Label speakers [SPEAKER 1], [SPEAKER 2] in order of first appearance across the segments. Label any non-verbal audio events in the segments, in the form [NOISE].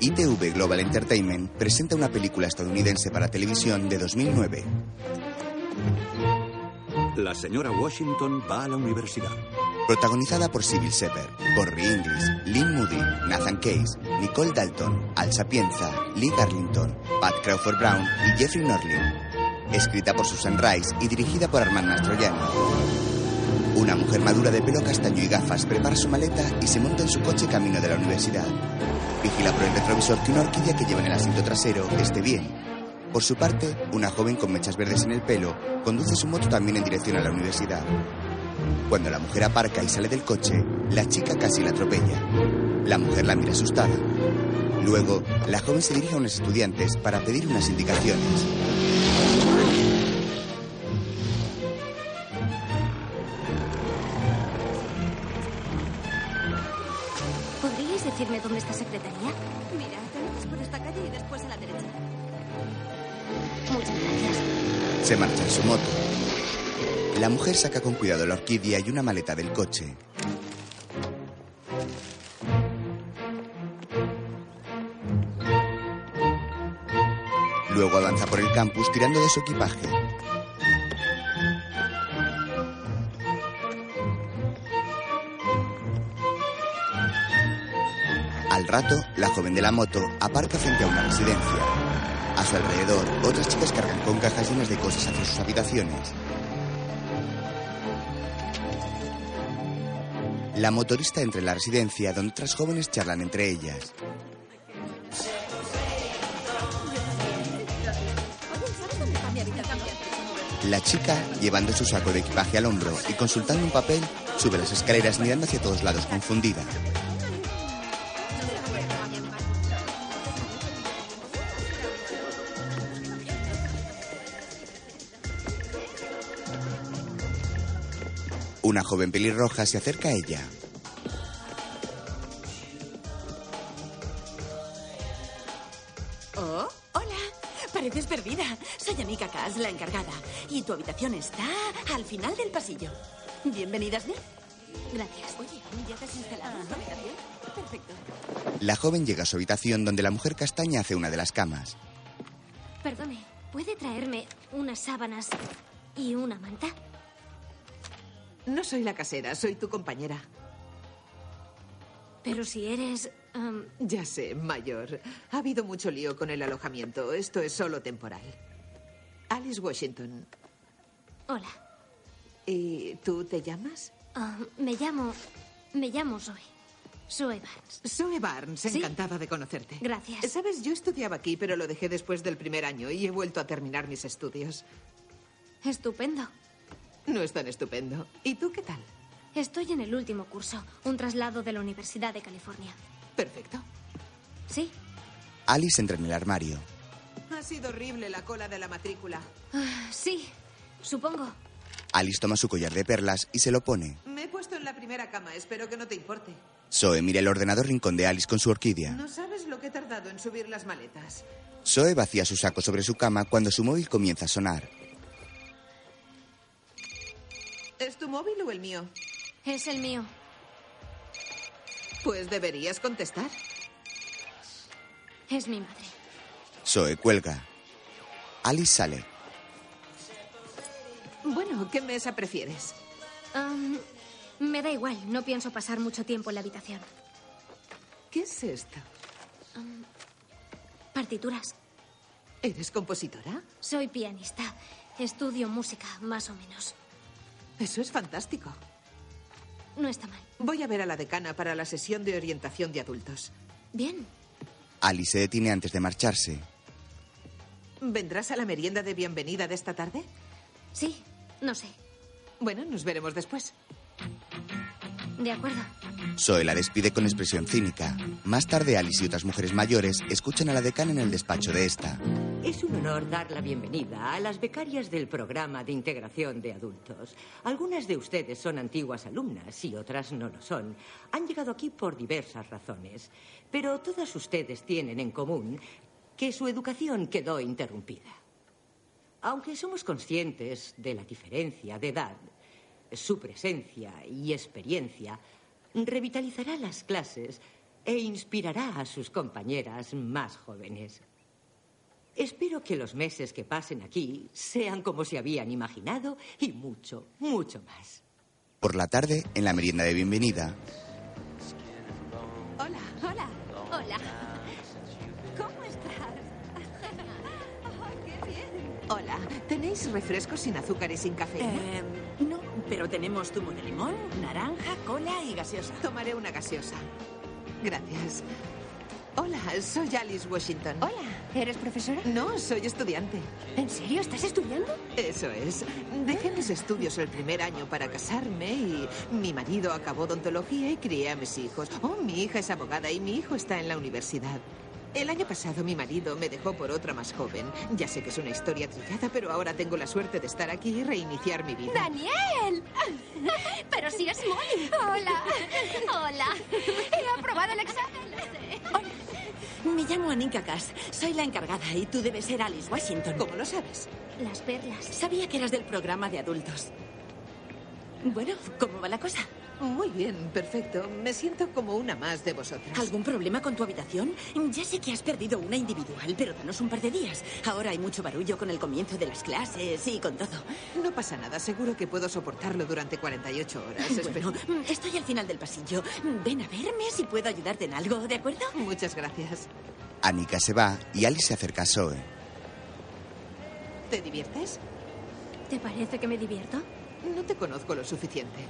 [SPEAKER 1] ITV Global Entertainment presenta una película estadounidense para televisión de 2009.
[SPEAKER 2] La señora Washington va a la universidad.
[SPEAKER 1] Protagonizada por Sybil Shepherd, Corrie Inglis, Lynn Moody, Nathan Case, Nicole Dalton, Al Sapienza, Lee Garlington, Pat Crawford Brown y Jeffrey Norlin. Escrita por Susan Rice y dirigida por Armand Mastroianni. Una mujer madura de pelo castaño y gafas prepara su maleta y se monta en su coche camino de la universidad. Vigila por el retrovisor que una horquilla que lleva en el asiento trasero esté bien. Por su parte, una joven con mechas verdes en el pelo conduce su moto también en dirección a la universidad. Cuando la mujer aparca y sale del coche, la chica casi la atropella. La mujer la mira asustada. Luego, la joven se dirige a unos estudiantes para pedir unas indicaciones.
[SPEAKER 3] ¿Podríais decirme dónde está secretaría?
[SPEAKER 4] Mira, te metes por esta calle y después a la derecha.
[SPEAKER 3] Muchas gracias.
[SPEAKER 1] Se marcha en su moto. La mujer saca con cuidado la orquídea y una maleta del coche. Luego avanza por el campus tirando de su equipaje. Al rato, la joven de la moto aparca frente a una residencia. A su alrededor, otras chicas cargan con cajas llenas de cosas hacia sus habitaciones. La motorista entra en la residencia donde otras jóvenes charlan entre ellas. La chica, llevando su saco de equipaje al hombro y consultando un papel, sube las escaleras mirando hacia todos lados confundida. Una joven pelirroja se acerca a ella.
[SPEAKER 4] Oh, hola. Pareces perdida. Soy Amica Cass, la encargada. Y tu habitación está al final del pasillo. Bienvenidas, Nick. Gracias. Oye, ¿ya te has instalado en tu habitación? Perfecto.
[SPEAKER 1] La joven llega a su habitación donde la mujer castaña hace una de las camas.
[SPEAKER 3] Perdone, ¿puede traerme unas sábanas y una manta?
[SPEAKER 5] No soy la casera, soy tu compañera.
[SPEAKER 3] Pero si eres... em,
[SPEAKER 5] Ya sé, mayor. Ha habido mucho lío con el alojamiento. Esto es solo temporal. Alice Washington,
[SPEAKER 3] hola.
[SPEAKER 5] ¿y tú te llamas?
[SPEAKER 3] Ah, me llamo... Me llamo Zoe. Zoe Barnes.
[SPEAKER 5] Zoe Barnes,
[SPEAKER 3] Sí.
[SPEAKER 5] encantada de conocerte.
[SPEAKER 3] Gracias.
[SPEAKER 5] Sabes, yo estudiaba aquí, pero lo dejé después del primer año y he vuelto a terminar mis estudios.
[SPEAKER 3] Estupendo.
[SPEAKER 5] No es tan estupendo. ¿Y tú qué tal?
[SPEAKER 3] Estoy en el último curso, un traslado de la Universidad de California.
[SPEAKER 5] Perfecto.
[SPEAKER 3] ¿Sí?
[SPEAKER 1] Alice entra en el armario.
[SPEAKER 5] Ha sido horrible la cola de la matrícula.
[SPEAKER 3] Ah, sí, supongo.
[SPEAKER 1] Alice toma su collar de perlas y se lo pone.
[SPEAKER 5] Me he puesto en la primera cama, espero que no te importe.
[SPEAKER 1] Zoe mira el ordenador rincón de Alice con su orquídea.
[SPEAKER 5] No sabes lo que he tardado en subir las maletas.
[SPEAKER 1] Zoe vacía su saco sobre su cama cuando su móvil comienza a sonar.
[SPEAKER 5] ¿Es tu móvil o el mío?
[SPEAKER 3] Es el mío.
[SPEAKER 5] Pues deberías contestar.
[SPEAKER 3] Es mi madre.
[SPEAKER 1] Zoe cuelga. Alice sale.
[SPEAKER 5] Bueno, ¿qué mesa prefieres?
[SPEAKER 3] Am, me da igual, no pienso pasar mucho tiempo en la habitación.
[SPEAKER 5] ¿Qué es esto?
[SPEAKER 3] Partituras.
[SPEAKER 5] ¿Eres compositora?
[SPEAKER 3] Soy pianista. Estudio música, más o menos.
[SPEAKER 5] Eso es fantástico.
[SPEAKER 3] No está mal.
[SPEAKER 5] Voy a ver a la decana para la sesión de orientación de adultos.
[SPEAKER 3] Bien.
[SPEAKER 1] Alice se detiene antes de marcharse.
[SPEAKER 5] ¿Vendrás a la merienda de bienvenida de esta tarde?
[SPEAKER 3] Sí, no sé.
[SPEAKER 5] Bueno, nos veremos después.
[SPEAKER 3] De acuerdo.
[SPEAKER 1] Zoe la despide con expresión cínica. Más tarde, Alice y otras mujeres mayores escuchan a la decana en el despacho de esta.
[SPEAKER 6] Es un honor dar la bienvenida a las becarias del programa de integración de adultos. Algunas de ustedes son antiguas alumnas y otras no lo son. Han llegado aquí por diversas razones, pero todas ustedes tienen en común que su educación quedó interrumpida. Aunque somos conscientes de la diferencia de edad, su presencia y experiencia revitalizará las clases e inspirará a sus compañeras más jóvenes. Espero que los meses que pasen aquí sean como se habían imaginado y mucho, mucho más.
[SPEAKER 1] Por la tarde, en la merienda de bienvenida,
[SPEAKER 3] Hola, hola. Hola.
[SPEAKER 4] ¿Cómo estás?
[SPEAKER 5] Hola, ¿tenéis refrescos sin azúcar y sin cafeína?
[SPEAKER 3] Em,
[SPEAKER 4] Eh, no, pero tenemos zumo de limón, naranja, cola y gaseosa.
[SPEAKER 5] Tomaré una gaseosa. Gracias. Hola, soy Alice Washington.
[SPEAKER 3] Hola. ¿Eres profesora?
[SPEAKER 5] No, soy estudiante.
[SPEAKER 3] ¿En serio? ¿Estás estudiando? Ah.
[SPEAKER 5] Eso es. Dejé mis estudios el primer año para casarme y mi marido acabó odontología y crié a mis hijos. Oh, mi hija es abogada y mi hijo está en la universidad. El año pasado mi marido me dejó por otra más joven. Ya sé que es una historia trillada, pero ahora tengo la suerte de estar aquí y reiniciar mi vida. [LAUGHS]
[SPEAKER 3] ¡Daniel! Pero si es Molly. Hola. Hola. He aprobado el examen.
[SPEAKER 4] Me llamo Anika Cass. Soy la encargada y tú debes ser Alice Washington.
[SPEAKER 5] ¿Cómo lo sabes?
[SPEAKER 3] Las perlas.
[SPEAKER 4] Sabía que eras del programa de adultos. Bueno, ¿cómo va la cosa?
[SPEAKER 5] Muy bien, perfecto. Me siento como una más de vosotras.
[SPEAKER 4] ¿Algún problema con tu habitación? Ya sé que has perdido una individual, pero danos un par de días. Ahora hay mucho barullo con el comienzo de las clases y con todo.
[SPEAKER 5] No pasa nada, seguro que puedo soportarlo durante 48 horas. Espero.
[SPEAKER 4] Bueno, mm, estoy al final del pasillo. Ven a verme si puedo ayudarte en algo, ¿de acuerdo?
[SPEAKER 5] Muchas gracias.
[SPEAKER 1] Annika se va y Alice se acerca a Zoe.
[SPEAKER 5] ¿Te diviertes?
[SPEAKER 3] ¿Te parece que me divierto?
[SPEAKER 5] No te conozco lo suficiente.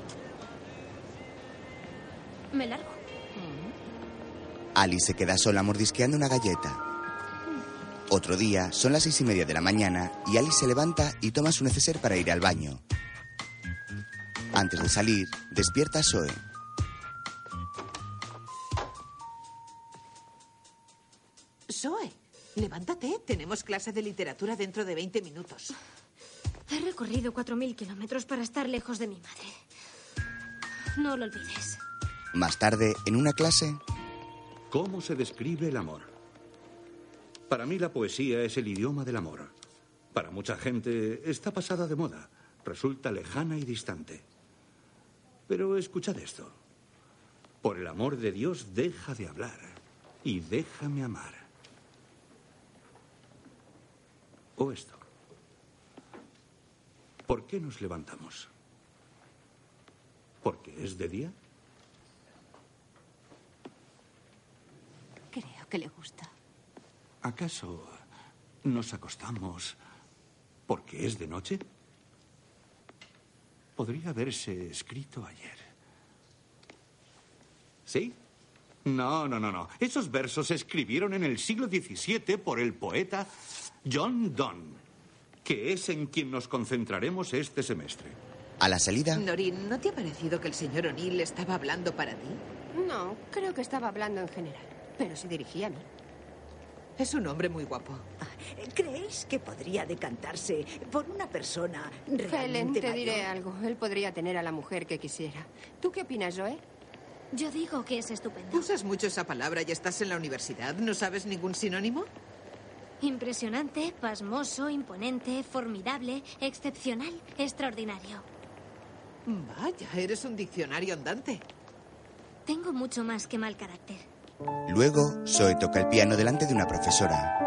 [SPEAKER 3] Me largo.
[SPEAKER 1] Alice se queda sola mordisqueando una galleta. Otro día, son las seis y media de la mañana y Alice se levanta y toma su neceser para ir al baño. Antes de salir, despierta a Zoe.
[SPEAKER 5] Zoe, levántate. Tenemos clase de literatura dentro de 20 minutos.
[SPEAKER 3] He recorrido 4.000 kilómetros para estar lejos de mi madre. No lo olvides.
[SPEAKER 1] Más tarde, en una clase,
[SPEAKER 2] ¿Cómo se describe el amor? Para mí la poesía es el idioma del amor. Para mucha gente está pasada de moda, resulta lejana y distante. Pero escuchad esto. Por el amor de Dios, deja de hablar y déjame amar. O esto. ¿Por qué nos levantamos? ¿Porque es de día?
[SPEAKER 7] Creo que le gusta.
[SPEAKER 2] ¿Acaso nos acostamos porque es de noche? Podría haberse escrito ayer. ¿Sí? No, no, no, no. Esos versos se escribieron en el siglo XVII por el poeta John Donne, que es en quien nos concentraremos este semestre.
[SPEAKER 1] a la salida,
[SPEAKER 5] Norin, ¿no te ha parecido que el señor O'Neill estaba hablando para ti?
[SPEAKER 7] No, creo que estaba hablando en general, pero se dirigía a mí.
[SPEAKER 5] Es un hombre muy guapo.
[SPEAKER 8] ¿Creéis que podría decantarse por una persona
[SPEAKER 7] Helen,
[SPEAKER 8] realmente
[SPEAKER 7] te diré
[SPEAKER 8] mayor?
[SPEAKER 7] algo. Él podría tener a la mujer que quisiera. ¿Tú qué opinas, Joe?
[SPEAKER 3] Yo digo que es Oh, estupendo.
[SPEAKER 5] Usas mucho esa palabra y estás en la universidad. ¿No sabes ningún sinónimo?
[SPEAKER 3] Impresionante, pasmoso, imponente, formidable, excepcional, extraordinario.
[SPEAKER 5] Vaya, eres un diccionario andante.
[SPEAKER 3] Tengo mucho más que mal carácter.
[SPEAKER 1] luego, Zoe toca el piano delante de una profesora.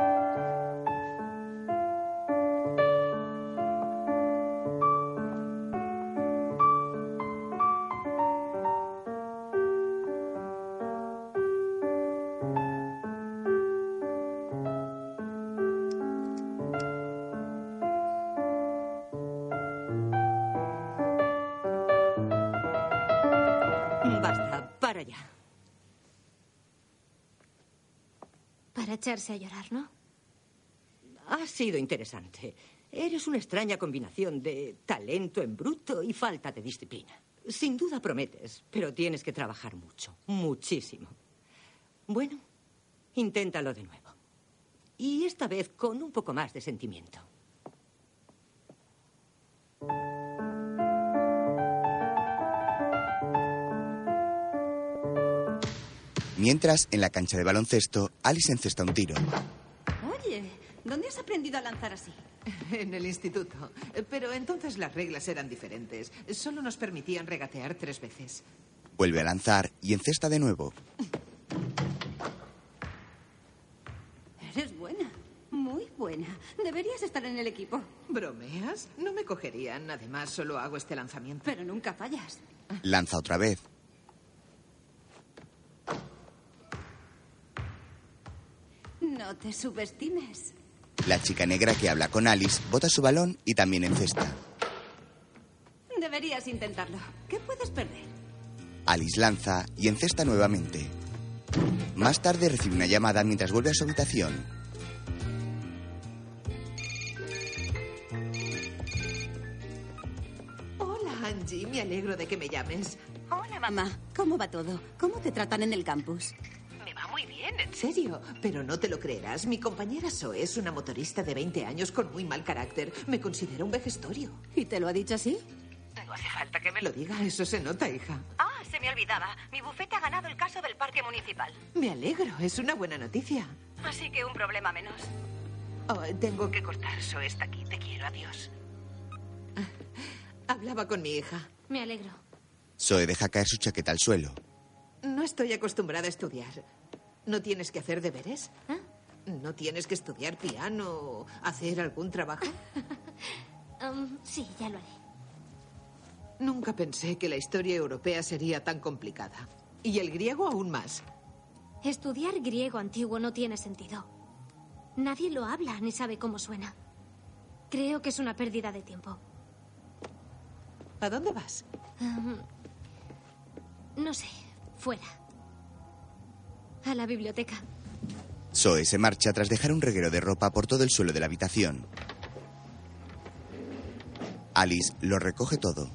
[SPEAKER 6] Basta, para ya.
[SPEAKER 3] Para echarse a llorar, ¿no?
[SPEAKER 6] Ha sido interesante. Eres una extraña combinación de talento en bruto y falta de disciplina. Sin duda prometes, pero tienes que trabajar mucho, muchísimo. Bueno, inténtalo de nuevo. Y esta vez con un poco más de sentimiento.
[SPEAKER 1] Mientras, en la cancha de baloncesto, Alice encesta un tiro.
[SPEAKER 4] Oye, ¿dónde has aprendido a lanzar así?
[SPEAKER 5] [LAUGHS] En el instituto. Pero entonces las reglas eran diferentes. Solo nos permitían regatear tres veces.
[SPEAKER 1] Vuelve a lanzar y encesta de nuevo.
[SPEAKER 7] muy buena. Deberías estar en el equipo.
[SPEAKER 5] ¿Bromeas? No me cogerían. Además, solo hago este lanzamiento.
[SPEAKER 7] Pero nunca fallas.
[SPEAKER 1] Lanza otra vez.
[SPEAKER 7] No te subestimes.
[SPEAKER 1] La chica negra que habla con Alice bota su balón y también encesta.
[SPEAKER 7] Deberías intentarlo. ¿Qué puedes perder?
[SPEAKER 1] Alice lanza y encesta nuevamente. Más tarde recibe una llamada mientras vuelve a su habitación.
[SPEAKER 5] Hola, Angie. Me alegro de que me llames.
[SPEAKER 4] Hola, mamá. ¿Cómo va todo? ¿Cómo te tratan en el campus?
[SPEAKER 5] Me va muy bien, en serio. Pero no te lo creerás. Mi compañera Zoe es una motorista de 20 años con muy mal carácter. Me considero un vejestorio.
[SPEAKER 4] ¿Y te lo ha dicho así?
[SPEAKER 5] No hace falta que me lo diga. Eso se nota, hija.
[SPEAKER 9] Ah, se me olvidaba. Mi bufete ha ganado el caso del parque municipal.
[SPEAKER 5] Me alegro. Es una buena noticia.
[SPEAKER 9] Así que un problema menos.
[SPEAKER 5] Oh, tengo que cortar. Zoe está aquí. Te quiero. Adiós. Ah, Hablaba con mi hija.
[SPEAKER 3] Me alegro.
[SPEAKER 1] Zoe deja caer su chaqueta al suelo.
[SPEAKER 5] No estoy acostumbrada a estudiar. ¿No tienes que hacer deberes?
[SPEAKER 4] ¿Ah?
[SPEAKER 5] ¿No tienes que estudiar piano o hacer algún trabajo?
[SPEAKER 3] Um, sí, ya lo haré.
[SPEAKER 5] Nunca pensé que la historia europea sería tan complicada. Y el griego aún más.
[SPEAKER 3] Estudiar griego antiguo no tiene sentido. Nadie lo habla ni sabe cómo suena. Creo que es una pérdida de tiempo.
[SPEAKER 5] ¿A dónde vas?
[SPEAKER 3] Um, no sé, fuera. A la biblioteca.
[SPEAKER 1] Zoe se marcha tras dejar un reguero de ropa por todo el suelo de la habitación. Alice lo recoge todo.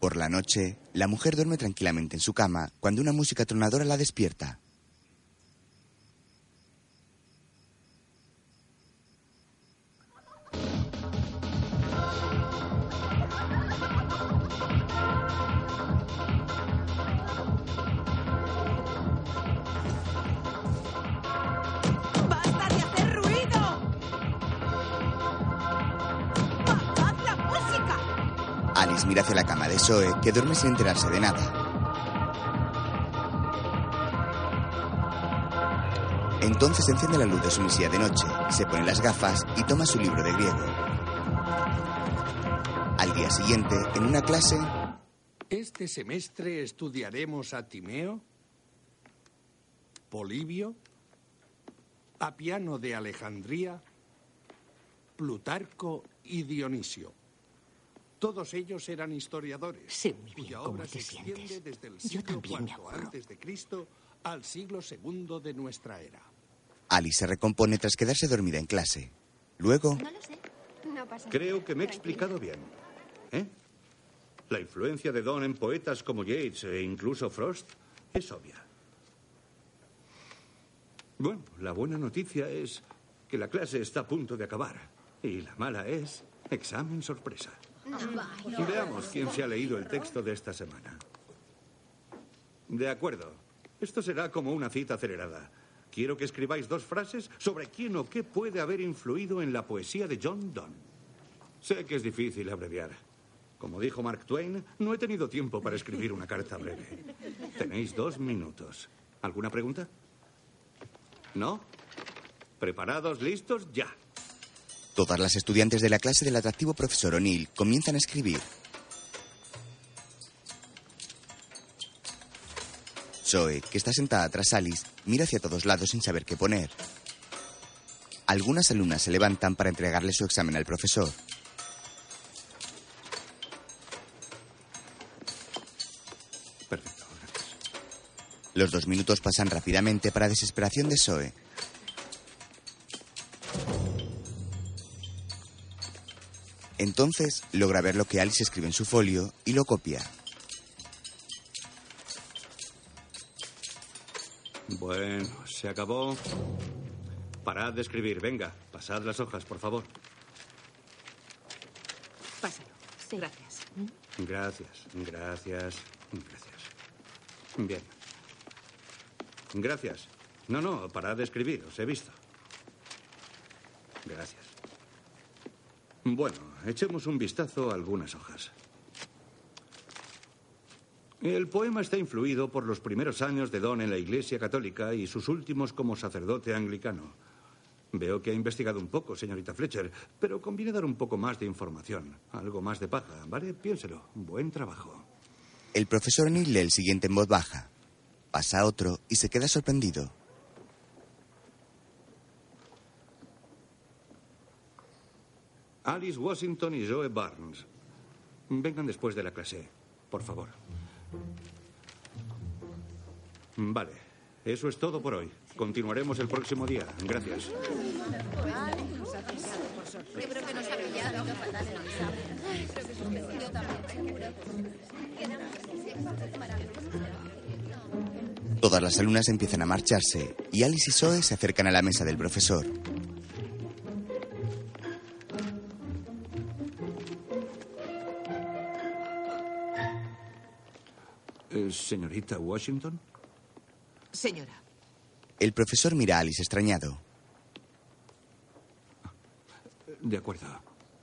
[SPEAKER 1] Por la noche, la mujer duerme tranquilamente en su cama cuando una música tronadora la despierta.
[SPEAKER 5] ¡Basta de hacer ruido! ¡Bajad la música!
[SPEAKER 1] Alice mira hacia la cama de Zoe, que duerme sin enterarse de nada. Entonces enciende la luz de su mesilla de noche, se pone las gafas y toma su libro de griego. Al día siguiente, en una clase,
[SPEAKER 10] Este semestre estudiaremos a Timeo, Polibio, a Piano de Alejandría, Plutarco y Dionisio. Todos ellos eran historiadores.
[SPEAKER 6] Sé muy bien
[SPEAKER 10] cuya
[SPEAKER 6] cómo
[SPEAKER 10] obra
[SPEAKER 6] te
[SPEAKER 10] se extiende
[SPEAKER 6] sientes.
[SPEAKER 10] desde el
[SPEAKER 6] Yo
[SPEAKER 10] siglo
[SPEAKER 6] también me
[SPEAKER 10] IV
[SPEAKER 6] aburro.
[SPEAKER 10] antes de Cristo al siglo II de nuestra era.
[SPEAKER 1] Alice se recompone tras quedarse dormida en clase. Luego,
[SPEAKER 3] No lo sé.
[SPEAKER 7] No pasa nada.
[SPEAKER 2] Creo que me he
[SPEAKER 7] Tranquila.
[SPEAKER 2] explicado bien. ¿Eh? La influencia de Don en poetas como Yeats e incluso Frost es obvia. Bueno, la buena noticia es que la clase está a punto de acabar. Y la mala es examen sorpresa. Veamos quién se ha leído el texto de esta semana. De acuerdo. Esto será como una cita acelerada. Quiero que escribáis dos frases sobre quién o qué puede haber influido en la poesía de John Donne. Sé que es difícil abreviar. Como dijo Mark Twain, no he tenido tiempo para escribir una carta breve. Tenéis dos minutos. ¿Alguna pregunta? ¿No? ¿Preparados, listos? Ya.
[SPEAKER 1] todas las estudiantes de la clase del atractivo profesor O'Neill comienzan a escribir. Zoe, que está sentada tras Alice, mira hacia todos lados sin saber qué poner. Algunas alumnas se levantan para entregarle su examen al profesor.
[SPEAKER 2] Perfecto, gracias.
[SPEAKER 1] Los dos minutos pasan rápidamente para desesperación de Zoe. Entonces logra ver lo que Alice escribe en su folio y lo copia.
[SPEAKER 2] Bueno, se acabó. Parad de escribir, venga. Pasad las hojas, por favor.
[SPEAKER 5] Pásalo. Gracias.
[SPEAKER 2] Gracias, gracias, gracias. Bien. Gracias. No, no, parad de escribir, os he visto. Gracias. Bueno, echemos un vistazo a algunas hojas. El poema está influido por los primeros años de Don en la Iglesia Católica y sus últimos como sacerdote anglicano. Veo que ha investigado un poco, señorita Fletcher, pero conviene dar un poco más de información, algo más de paja, ¿vale? Piénselo. Buen trabajo.
[SPEAKER 1] El profesor Neal lee el siguiente en voz baja. Pasa otro y se queda sorprendido.
[SPEAKER 2] Alice Washington y Joe Barnes. Vengan después de la clase, por favor. Vale, eso es todo por hoy. Continuaremos el próximo día. Gracias.
[SPEAKER 1] Todas las alumnas empiezan a marcharse y Alice y Zoe se acercan a la mesa del profesor.
[SPEAKER 2] Eh, señorita Washington,
[SPEAKER 5] Señora,
[SPEAKER 1] El profesor mira a Alice extrañado.
[SPEAKER 2] de acuerdo.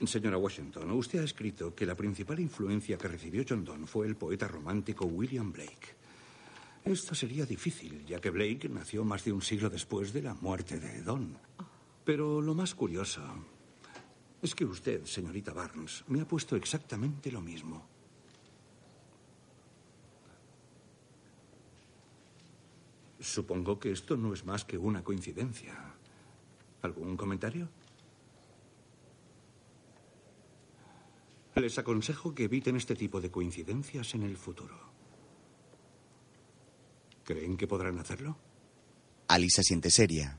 [SPEAKER 2] Señora Washington, usted ha escrito que la principal influencia que recibió John Donne fue el poeta romántico William Blake. Esto sería difícil, ya que Blake nació más de un siglo después de la muerte de Donne. Pero lo más curioso es que usted, señorita Barnes, me ha puesto exactamente lo mismo. Supongo que esto no es más que una coincidencia. ¿Algún comentario? Les aconsejo que eviten este tipo de coincidencias en el futuro. ¿Creen que podrán hacerlo?
[SPEAKER 1] Alice siente seria.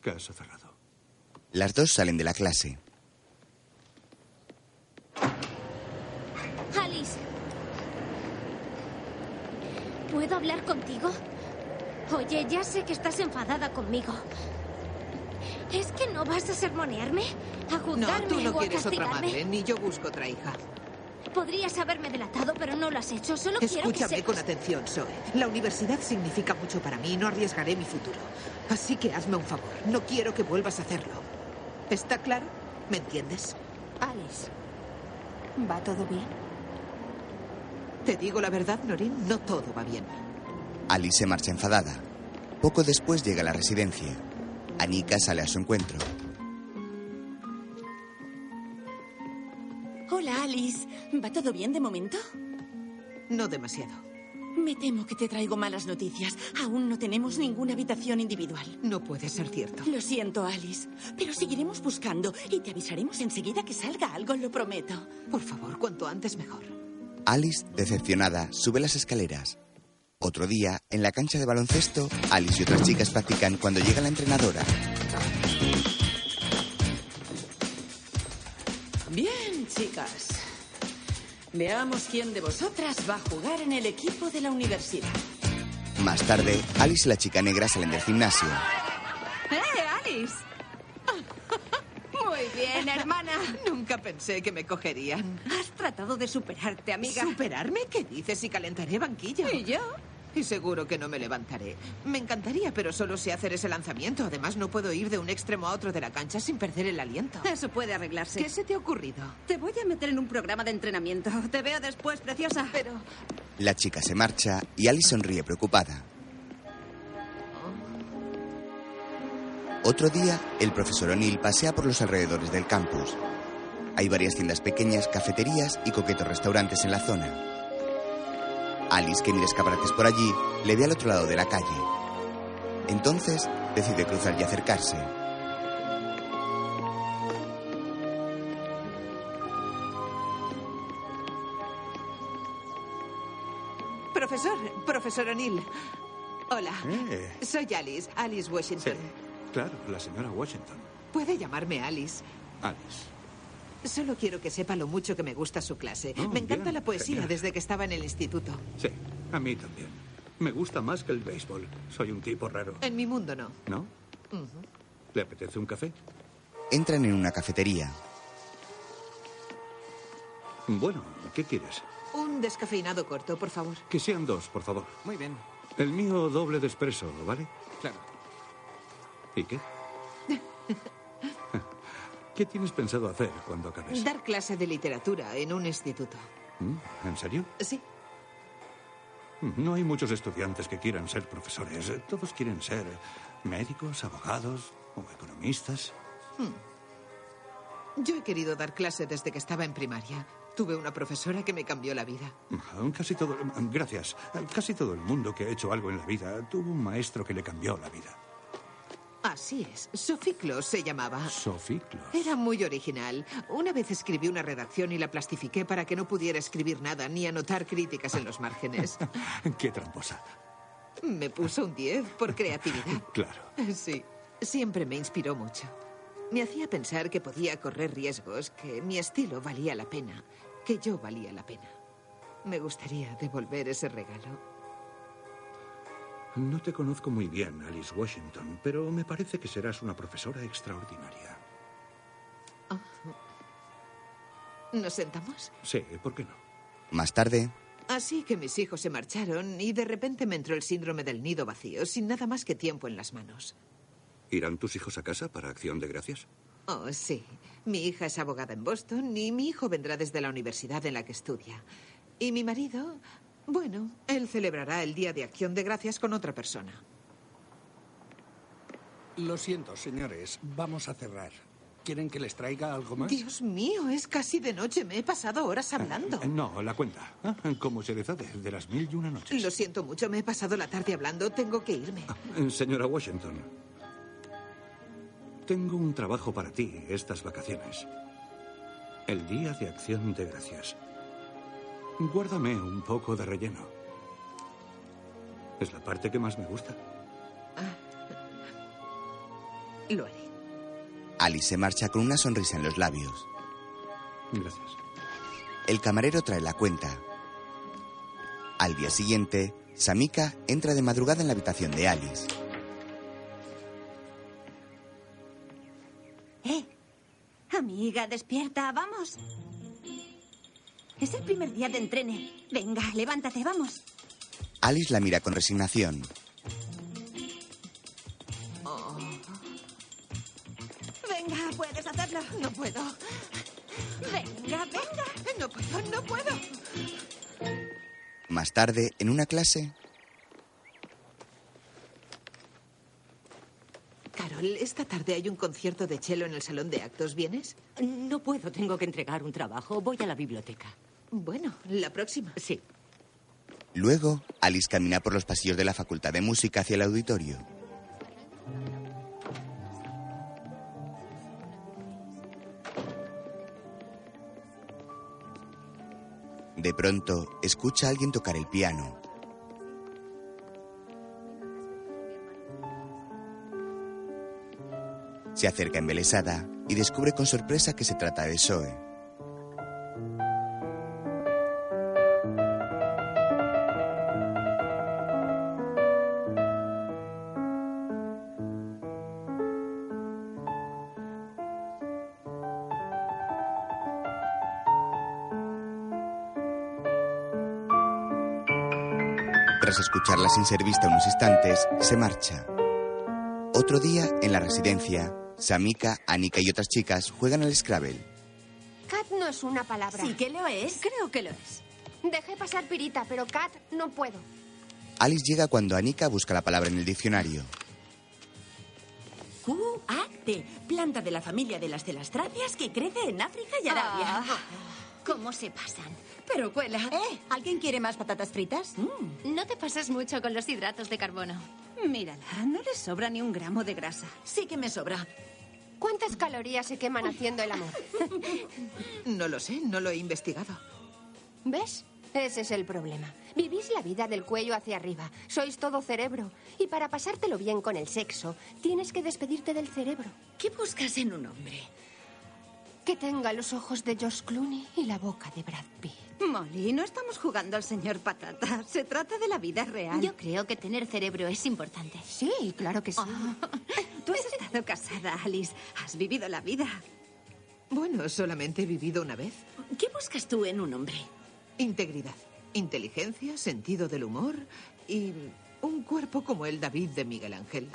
[SPEAKER 2] Caso cerrado.
[SPEAKER 1] Las dos salen de la clase.
[SPEAKER 3] Alice. ¿Puedo hablar contigo? Oye, ya sé que estás enfadada conmigo. ¿Es que no vas a sermonearme? ¿A
[SPEAKER 5] no,
[SPEAKER 3] juzgarme
[SPEAKER 5] tú no
[SPEAKER 3] o a
[SPEAKER 5] quieres otra
[SPEAKER 3] castigarme?
[SPEAKER 5] madre, ni yo busco otra hija.
[SPEAKER 3] Podrías haberme delatado, pero no lo has hecho. Solo quiero que
[SPEAKER 5] Escúchame
[SPEAKER 3] sepas-
[SPEAKER 5] con atención, Zoe. La universidad significa mucho para mí y no arriesgaré mi futuro. Así que hazme un favor. No quiero que vuelvas a hacerlo. ¿Está claro? ¿Me entiendes?
[SPEAKER 7] Alice, ¿va todo bien?
[SPEAKER 5] Te digo la verdad, Norin, no todo va bien.
[SPEAKER 1] Alice se marcha enfadada. Poco después llega a la residencia. Anika sale a su encuentro.
[SPEAKER 4] Hola, Alice. ¿Va todo bien de momento?
[SPEAKER 5] No demasiado.
[SPEAKER 4] Me temo que te traigo malas noticias. Aún no tenemos ninguna habitación individual.
[SPEAKER 5] No puede ser cierto.
[SPEAKER 4] Lo siento, Alice, pero seguiremos buscando y te avisaremos enseguida que salga algo, lo prometo.
[SPEAKER 5] Por favor, cuanto antes mejor.
[SPEAKER 1] Alice, decepcionada, sube las escaleras. Otro día, en la cancha de baloncesto, Alice y otras chicas practican cuando llega la entrenadora.
[SPEAKER 4] Bien, chicas. Veamos quién de vosotras va a jugar en el equipo de la universidad.
[SPEAKER 1] Más tarde, Alice y la chica negra salen del gimnasio.
[SPEAKER 4] ¡Eh, Alice!
[SPEAKER 8] Muy bien, hermana.
[SPEAKER 5] Nunca pensé que me cogerían.
[SPEAKER 8] Has tratado de superarte, amiga.
[SPEAKER 5] ¿Superarme? ¿Qué dices? Y calentaré banquillo.
[SPEAKER 8] ¿Y yo?
[SPEAKER 5] Y seguro que no me levantaré. Me encantaría, pero solo sé hacer ese lanzamiento. Además, no puedo ir de un extremo a otro de la cancha sin perder el aliento.
[SPEAKER 8] Eso puede arreglarse.
[SPEAKER 5] ¿Qué se te ha ocurrido?
[SPEAKER 8] Te voy a meter en un programa de entrenamiento. Te veo después, preciosa. Pero...
[SPEAKER 1] La chica se marcha y Alice sonríe preocupada. Otro día, el profesor O'Neill pasea por los alrededores del campus. Hay varias tiendas pequeñas, cafeterías y coquetos restaurantes en la zona. Alice, que mira escaparates por allí, le ve al otro lado de la calle. Entonces, decide cruzar y acercarse.
[SPEAKER 5] Profesor, profesor O'Neill. Hola.
[SPEAKER 2] Eh,
[SPEAKER 5] Soy Alice, Alice Washington.
[SPEAKER 2] claro, la señora Washington.
[SPEAKER 5] Puede llamarme Alice.
[SPEAKER 2] Alice.
[SPEAKER 5] Solo quiero que sepa lo mucho que me gusta su clase.
[SPEAKER 2] Oh,
[SPEAKER 5] me encanta
[SPEAKER 2] bien,
[SPEAKER 5] la poesía
[SPEAKER 2] genial.
[SPEAKER 5] desde que estaba en el instituto.
[SPEAKER 2] Sí, a mí también. Me gusta más que el béisbol. Soy un tipo raro,
[SPEAKER 5] En mi mundo no.
[SPEAKER 2] ¿no? ¿Le apetece un café?
[SPEAKER 1] Entran en una cafetería.
[SPEAKER 2] Bueno, ¿qué quieres?
[SPEAKER 5] Un descafeinado corto, por favor.
[SPEAKER 2] Que sean dos, por favor.
[SPEAKER 10] Muy bien,
[SPEAKER 2] El mío doble de espresso, ¿vale?
[SPEAKER 10] claro.
[SPEAKER 2] ¿Y qué? ¿Qué tienes pensado hacer cuando acabes?
[SPEAKER 10] pues.
[SPEAKER 5] Dar clase de literatura en un instituto.
[SPEAKER 2] Mm, ¿En serio?
[SPEAKER 5] Sí.
[SPEAKER 2] No hay muchos estudiantes que quieran ser profesores. Todos quieren ser médicos, abogados o economistas.
[SPEAKER 5] Yo he querido dar clase desde que estaba en primaria. Tuve una profesora que me cambió la vida.
[SPEAKER 2] Casi todo. Gracias. Casi todo el mundo que ha hecho algo en la vida tuvo un maestro que le cambió la vida.
[SPEAKER 5] Así es. Soficlos se llamaba.
[SPEAKER 2] Soficlo.
[SPEAKER 5] Era muy original. Una vez escribí una redacción y la plastifiqué para que no pudiera escribir nada ni anotar críticas en
[SPEAKER 10] [LAUGHS]
[SPEAKER 5] los márgenes.
[SPEAKER 2] Qué tramposa.
[SPEAKER 5] Me puso un 10 por creatividad.
[SPEAKER 2] Claro.
[SPEAKER 5] Sí, siempre me inspiró mucho. Me hacía pensar que podía correr riesgos, que mi estilo valía la pena, que yo valía la pena. Me gustaría devolver ese regalo.
[SPEAKER 2] No te conozco muy bien, Alice Washington, pero me parece que serás una profesora extraordinaria.
[SPEAKER 5] Oh. ¿Nos sentamos?
[SPEAKER 2] Sí, ¿por qué no?
[SPEAKER 1] Más tarde,
[SPEAKER 5] Así que mis hijos se marcharon y de repente me entró el síndrome del nido vacío, sin nada más que tiempo en las manos.
[SPEAKER 2] ¿Irán tus hijos a casa para acción de gracias?
[SPEAKER 5] Oh, sí. Mi hija es abogada en Boston y mi hijo vendrá desde la universidad en la que estudia. Y mi marido, bueno, él celebrará el Día de Acción de Gracias con otra persona.
[SPEAKER 10] Lo siento, señores. Vamos a cerrar. ¿Quieren que les traiga algo más?
[SPEAKER 5] Dios mío, es casi de noche. Me he pasado horas hablando.
[SPEAKER 2] No, la cuenta. Ah, Como Serezade, de las mil y una noches.
[SPEAKER 5] Lo siento mucho, me he pasado la tarde hablando. Tengo que irme.
[SPEAKER 10] Ah.
[SPEAKER 2] Eh, Señora Washington, tengo un trabajo para ti estas vacaciones. El Día de Acción de Gracias. Guárdame un poco de relleno. Es la parte que más me gusta.
[SPEAKER 5] Lo haré.
[SPEAKER 1] Alice se marcha con una sonrisa en los labios.
[SPEAKER 2] Gracias.
[SPEAKER 1] El camarero trae la cuenta. Al día siguiente, Samika entra de madrugada en la habitación de Alice.
[SPEAKER 11] ¡Eh! Amiga, despierta, vamos. Es el primer día de entrene. Venga, levántate, vamos.
[SPEAKER 1] Alice la mira con resignación.
[SPEAKER 11] Venga, puedes hacerlo.
[SPEAKER 5] No puedo.
[SPEAKER 11] Venga, venga.
[SPEAKER 5] No puedo, no puedo.
[SPEAKER 1] Más tarde, en una clase,
[SPEAKER 5] Carol, esta tarde hay un concierto de chelo en el salón de actos. ¿Vienes?
[SPEAKER 6] No puedo, tengo que entregar un trabajo. Voy a la biblioteca.
[SPEAKER 5] Bueno, la próxima.
[SPEAKER 6] Sí.
[SPEAKER 1] luego, Alice camina por los pasillos de la Facultad de Música hacia el auditorio. De pronto, escucha a alguien tocar el piano. Se acerca embelesada y descubre con sorpresa que se trata de Zoe. Tras escucharla sin ser vista unos instantes, se marcha. Otro día, en la residencia, Samika, Anika y otras chicas juegan al Scrabble.
[SPEAKER 7] Cat no es una palabra.
[SPEAKER 4] Sí
[SPEAKER 7] que lo es. Creo que lo es. Dejé pasar pirita, pero cat no puedo.
[SPEAKER 1] Alice llega cuando Anika busca la palabra en el diccionario.
[SPEAKER 4] Q-A-T, planta de la familia de las telastráceas que crece en África y Arabia.
[SPEAKER 12] Ah, ¿Cómo se pasan? Pero cuela. ¿Eh? ¿Alguien quiere más patatas fritas? No te pasas mucho con los hidratos de carbono.
[SPEAKER 7] Mírala, no le sobra ni un gramo de grasa.
[SPEAKER 4] Sí que me sobra.
[SPEAKER 7] ¿Cuántas calorías se queman
[SPEAKER 12] [LAUGHS]
[SPEAKER 7] haciendo el amor?
[SPEAKER 5] No lo sé, no lo he investigado.
[SPEAKER 7] ¿Ves? Ese es el problema. Vivís la vida del cuello hacia arriba. Sois todo cerebro. Y para pasártelo bien con el sexo, tienes que despedirte del cerebro.
[SPEAKER 4] ¿Qué buscas en un hombre?
[SPEAKER 7] Que tenga los ojos de George Clooney y la boca de Brad Pitt.
[SPEAKER 12] Molly, no estamos jugando al señor patata. Se trata de la vida real. Yo creo que tener cerebro es importante. Ah.
[SPEAKER 7] Sí, claro que sí.
[SPEAKER 12] tú has [LAUGHS] estado casada, Alice. Has vivido la vida.
[SPEAKER 5] Bueno, solamente he vivido una vez.
[SPEAKER 4] ¿Qué buscas tú en un hombre?
[SPEAKER 5] Integridad, inteligencia, sentido del humor y un cuerpo como el David de Miguel Ángel.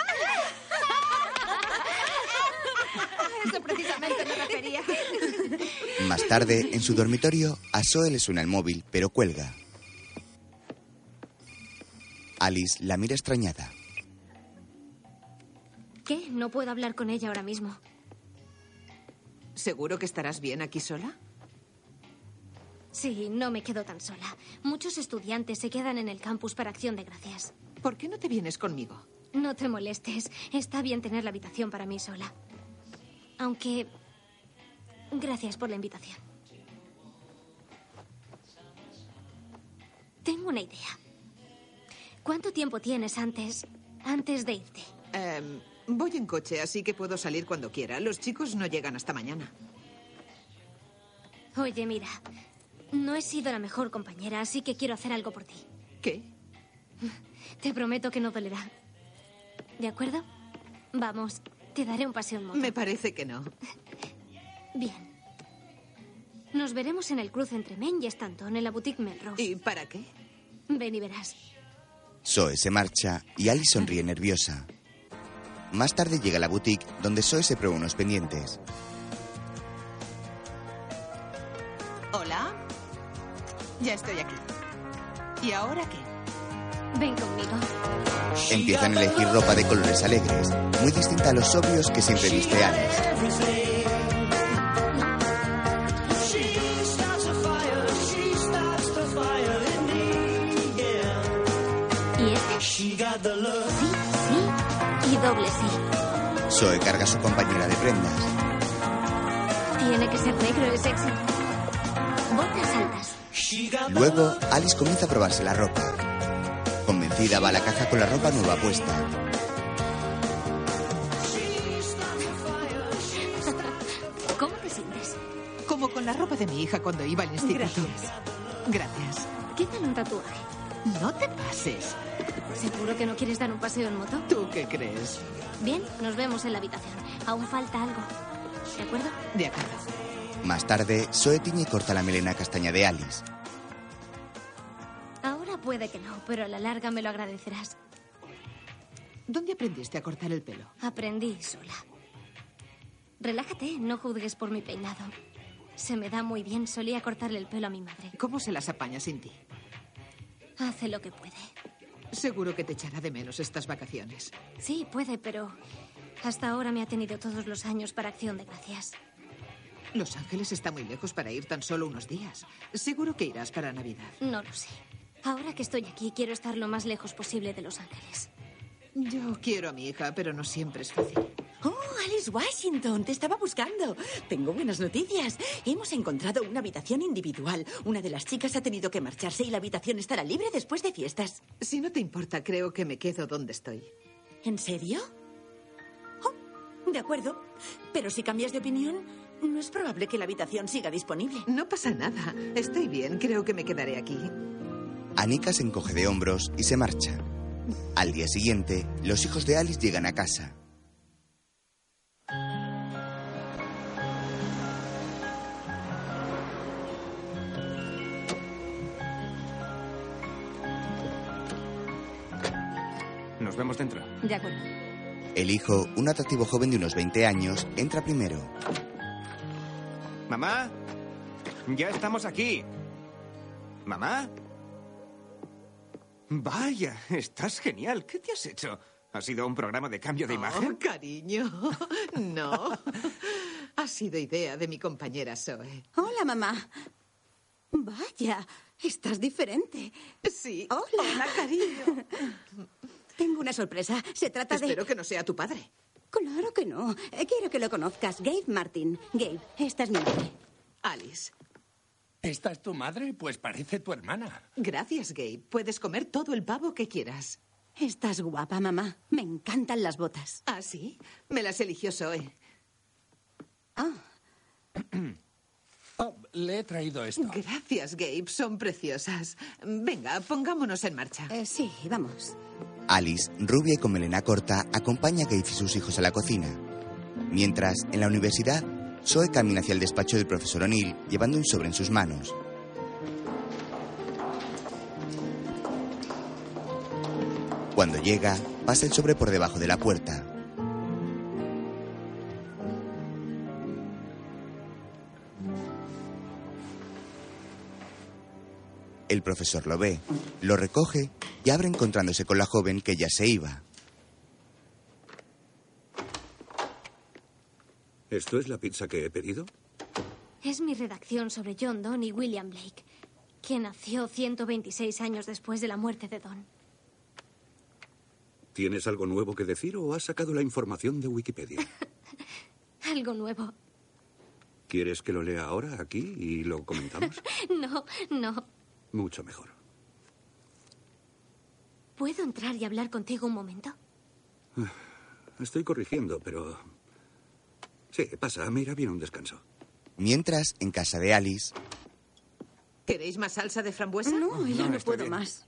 [SPEAKER 12] eso precisamente me refería.
[SPEAKER 1] Más tarde, en su dormitorio, a Zoe le suena el móvil, pero cuelga. Alice la mira extrañada.
[SPEAKER 3] ¿Qué? No puedo hablar con ella ahora mismo.
[SPEAKER 5] ¿Seguro que estarás bien aquí sola?
[SPEAKER 3] Sí, no me quedo tan sola. Muchos estudiantes se quedan en el campus para acción de gracias.
[SPEAKER 5] ¿Por qué no te vienes conmigo?
[SPEAKER 3] No te molestes. Está bien tener la habitación para mí sola. Aunque... Gracias por la invitación. Tengo una idea. ¿Cuánto tiempo tienes antes... antes de irte?
[SPEAKER 5] Em, voy en coche, así que puedo salir cuando quiera. Los chicos no llegan hasta mañana.
[SPEAKER 3] Oye, mira, no he sido la mejor compañera, así que quiero hacer algo por ti.
[SPEAKER 5] ¿Qué?
[SPEAKER 3] Te prometo que no dolerá. ¿De acuerdo? Vamos, te daré un paseo en moto.
[SPEAKER 5] Me parece que no.
[SPEAKER 3] Bien. Nos veremos en el cruce entre Men y Stanton, en la boutique Melrose.
[SPEAKER 5] ¿Y para qué?
[SPEAKER 3] Ven y verás.
[SPEAKER 1] Zoe se marcha y Alice sonríe nerviosa. Más tarde llega a la boutique donde Zoe se prueba unos pendientes.
[SPEAKER 5] Hola. Ya estoy aquí. ¿Y ahora qué?
[SPEAKER 3] Ven conmigo.
[SPEAKER 1] Empiezan a elegir ropa de colores alegres, muy distinta a los sobrios que siempre viste Alice.
[SPEAKER 3] ¿Y este? Sí, sí y doble sí.
[SPEAKER 1] Zoe carga a su compañera de prendas.
[SPEAKER 3] Tiene que ser negro y sexy. Botas altas.
[SPEAKER 1] Luego, Alice comienza a probarse la ropa. Convencida va a la caja con la ropa nueva puesta.
[SPEAKER 3] ¿Cómo te sientes?
[SPEAKER 5] Como con la ropa de mi hija cuando iba al instituto. Gracias.
[SPEAKER 3] ¿Qué tal un tatuaje?
[SPEAKER 5] No te pases.
[SPEAKER 3] ¿Seguro que no quieres dar un paseo en moto?
[SPEAKER 5] ¿Tú qué crees?
[SPEAKER 3] Bien, nos vemos en la habitación. Aún falta algo. ¿De acuerdo?
[SPEAKER 5] De acuerdo.
[SPEAKER 1] Más tarde, Zoe tiñe y corta la melena castaña de Alice.
[SPEAKER 3] Ahora puede que no, pero a la larga me lo agradecerás.
[SPEAKER 5] ¿Dónde aprendiste a cortar el pelo?
[SPEAKER 3] Aprendí sola. Relájate, no juzgues por mi peinado. Se me da muy bien, solía cortarle el pelo a mi madre.
[SPEAKER 5] ¿Cómo se las apaña sin ti?
[SPEAKER 3] Hace lo que puede.
[SPEAKER 5] Seguro que te echará de menos estas vacaciones.
[SPEAKER 3] Sí, puede, pero hasta ahora me ha tenido todos los años para acción de gracias.
[SPEAKER 5] Los Ángeles está muy lejos para ir tan solo unos días. Seguro que irás para Navidad.
[SPEAKER 3] No lo sé. Ahora que estoy aquí, quiero estar lo más lejos posible de Los Ángeles.
[SPEAKER 5] Yo quiero a mi hija, pero no siempre es fácil.
[SPEAKER 4] Oh, Alice Washington, te estaba buscando. Tengo buenas noticias. Hemos encontrado una habitación individual. Una de las chicas ha tenido que marcharse y la habitación estará libre después de fiestas.
[SPEAKER 5] Si no te importa, creo que me quedo donde estoy.
[SPEAKER 4] ¿En serio? Oh, de acuerdo. Pero si cambias de opinión, no es probable que la habitación siga disponible.
[SPEAKER 5] No pasa nada. Estoy bien, creo que me quedaré aquí.
[SPEAKER 1] Anika se encoge de hombros y se marcha. Al día siguiente, los hijos de Alice llegan a casa.
[SPEAKER 13] Nos vemos dentro.
[SPEAKER 12] De acuerdo.
[SPEAKER 1] El hijo, un atractivo joven de unos 20 años, entra primero.
[SPEAKER 13] Mamá, ya estamos aquí. Mamá. Vaya, estás genial. ¿Qué te has hecho? ¿Ha sido un programa de cambio de imagen?
[SPEAKER 5] Oh, cariño. [LAUGHS] No. Ha sido idea de mi compañera Zoe.
[SPEAKER 4] Hola, mamá. Vaya, estás diferente.
[SPEAKER 5] Sí.
[SPEAKER 4] Hola, cariño. Tengo una sorpresa. Se trata de...
[SPEAKER 5] Espero que no sea tu padre.
[SPEAKER 4] Claro que no. Eh, Quiero que lo conozcas. Gabe Martin. Gabe, esta es mi madre.
[SPEAKER 5] Alice.
[SPEAKER 10] ¿Esta es tu madre? Pues parece tu hermana.
[SPEAKER 5] Gracias, Gabe. Puedes comer todo el pavo que quieras.
[SPEAKER 4] Estás guapa, mamá. Me encantan las botas.
[SPEAKER 5] ¿Ah, sí? Me las eligió Zoe. Ah.
[SPEAKER 10] [CLEARS THROAT] Oh, le he traído esto.
[SPEAKER 5] Gracias, Gabe. Son preciosas. Venga, pongámonos en marcha.
[SPEAKER 4] Eh, sí, vamos.
[SPEAKER 1] Alice, rubia y con melena corta, acompaña a Gabe y sus hijos a la cocina. Mientras, en la universidad, Zoe camina hacia el despacho del profesor O'Neill llevando un sobre en sus manos. Cuando llega, pasa el sobre por debajo de la puerta. El profesor lo ve, lo recoge y abre encontrándose con la joven que ya se iba.
[SPEAKER 2] ¿Esto es la pizza que he pedido?
[SPEAKER 3] Es mi redacción sobre John Donne y William Blake, que nació 126 años después de la muerte de Don.
[SPEAKER 2] ¿Tienes algo nuevo que decir o has sacado la información de Wikipedia?
[SPEAKER 3] Algo nuevo.
[SPEAKER 2] ¿Quieres que lo lea ahora, aquí, y lo comentamos?
[SPEAKER 3] [LAUGHS] No, no.
[SPEAKER 2] Mucho mejor.
[SPEAKER 3] ¿Puedo entrar y hablar contigo un momento?
[SPEAKER 2] Estoy corrigiendo, pero... Sí, pasa, me irá bien un descanso.
[SPEAKER 1] Mientras, en casa de Alice,
[SPEAKER 5] ¿Queréis más salsa de frambuesa?
[SPEAKER 11] No,
[SPEAKER 10] ya
[SPEAKER 11] ya
[SPEAKER 10] No,
[SPEAKER 11] no,
[SPEAKER 10] no está puedo
[SPEAKER 11] puedo
[SPEAKER 10] bien.
[SPEAKER 11] más.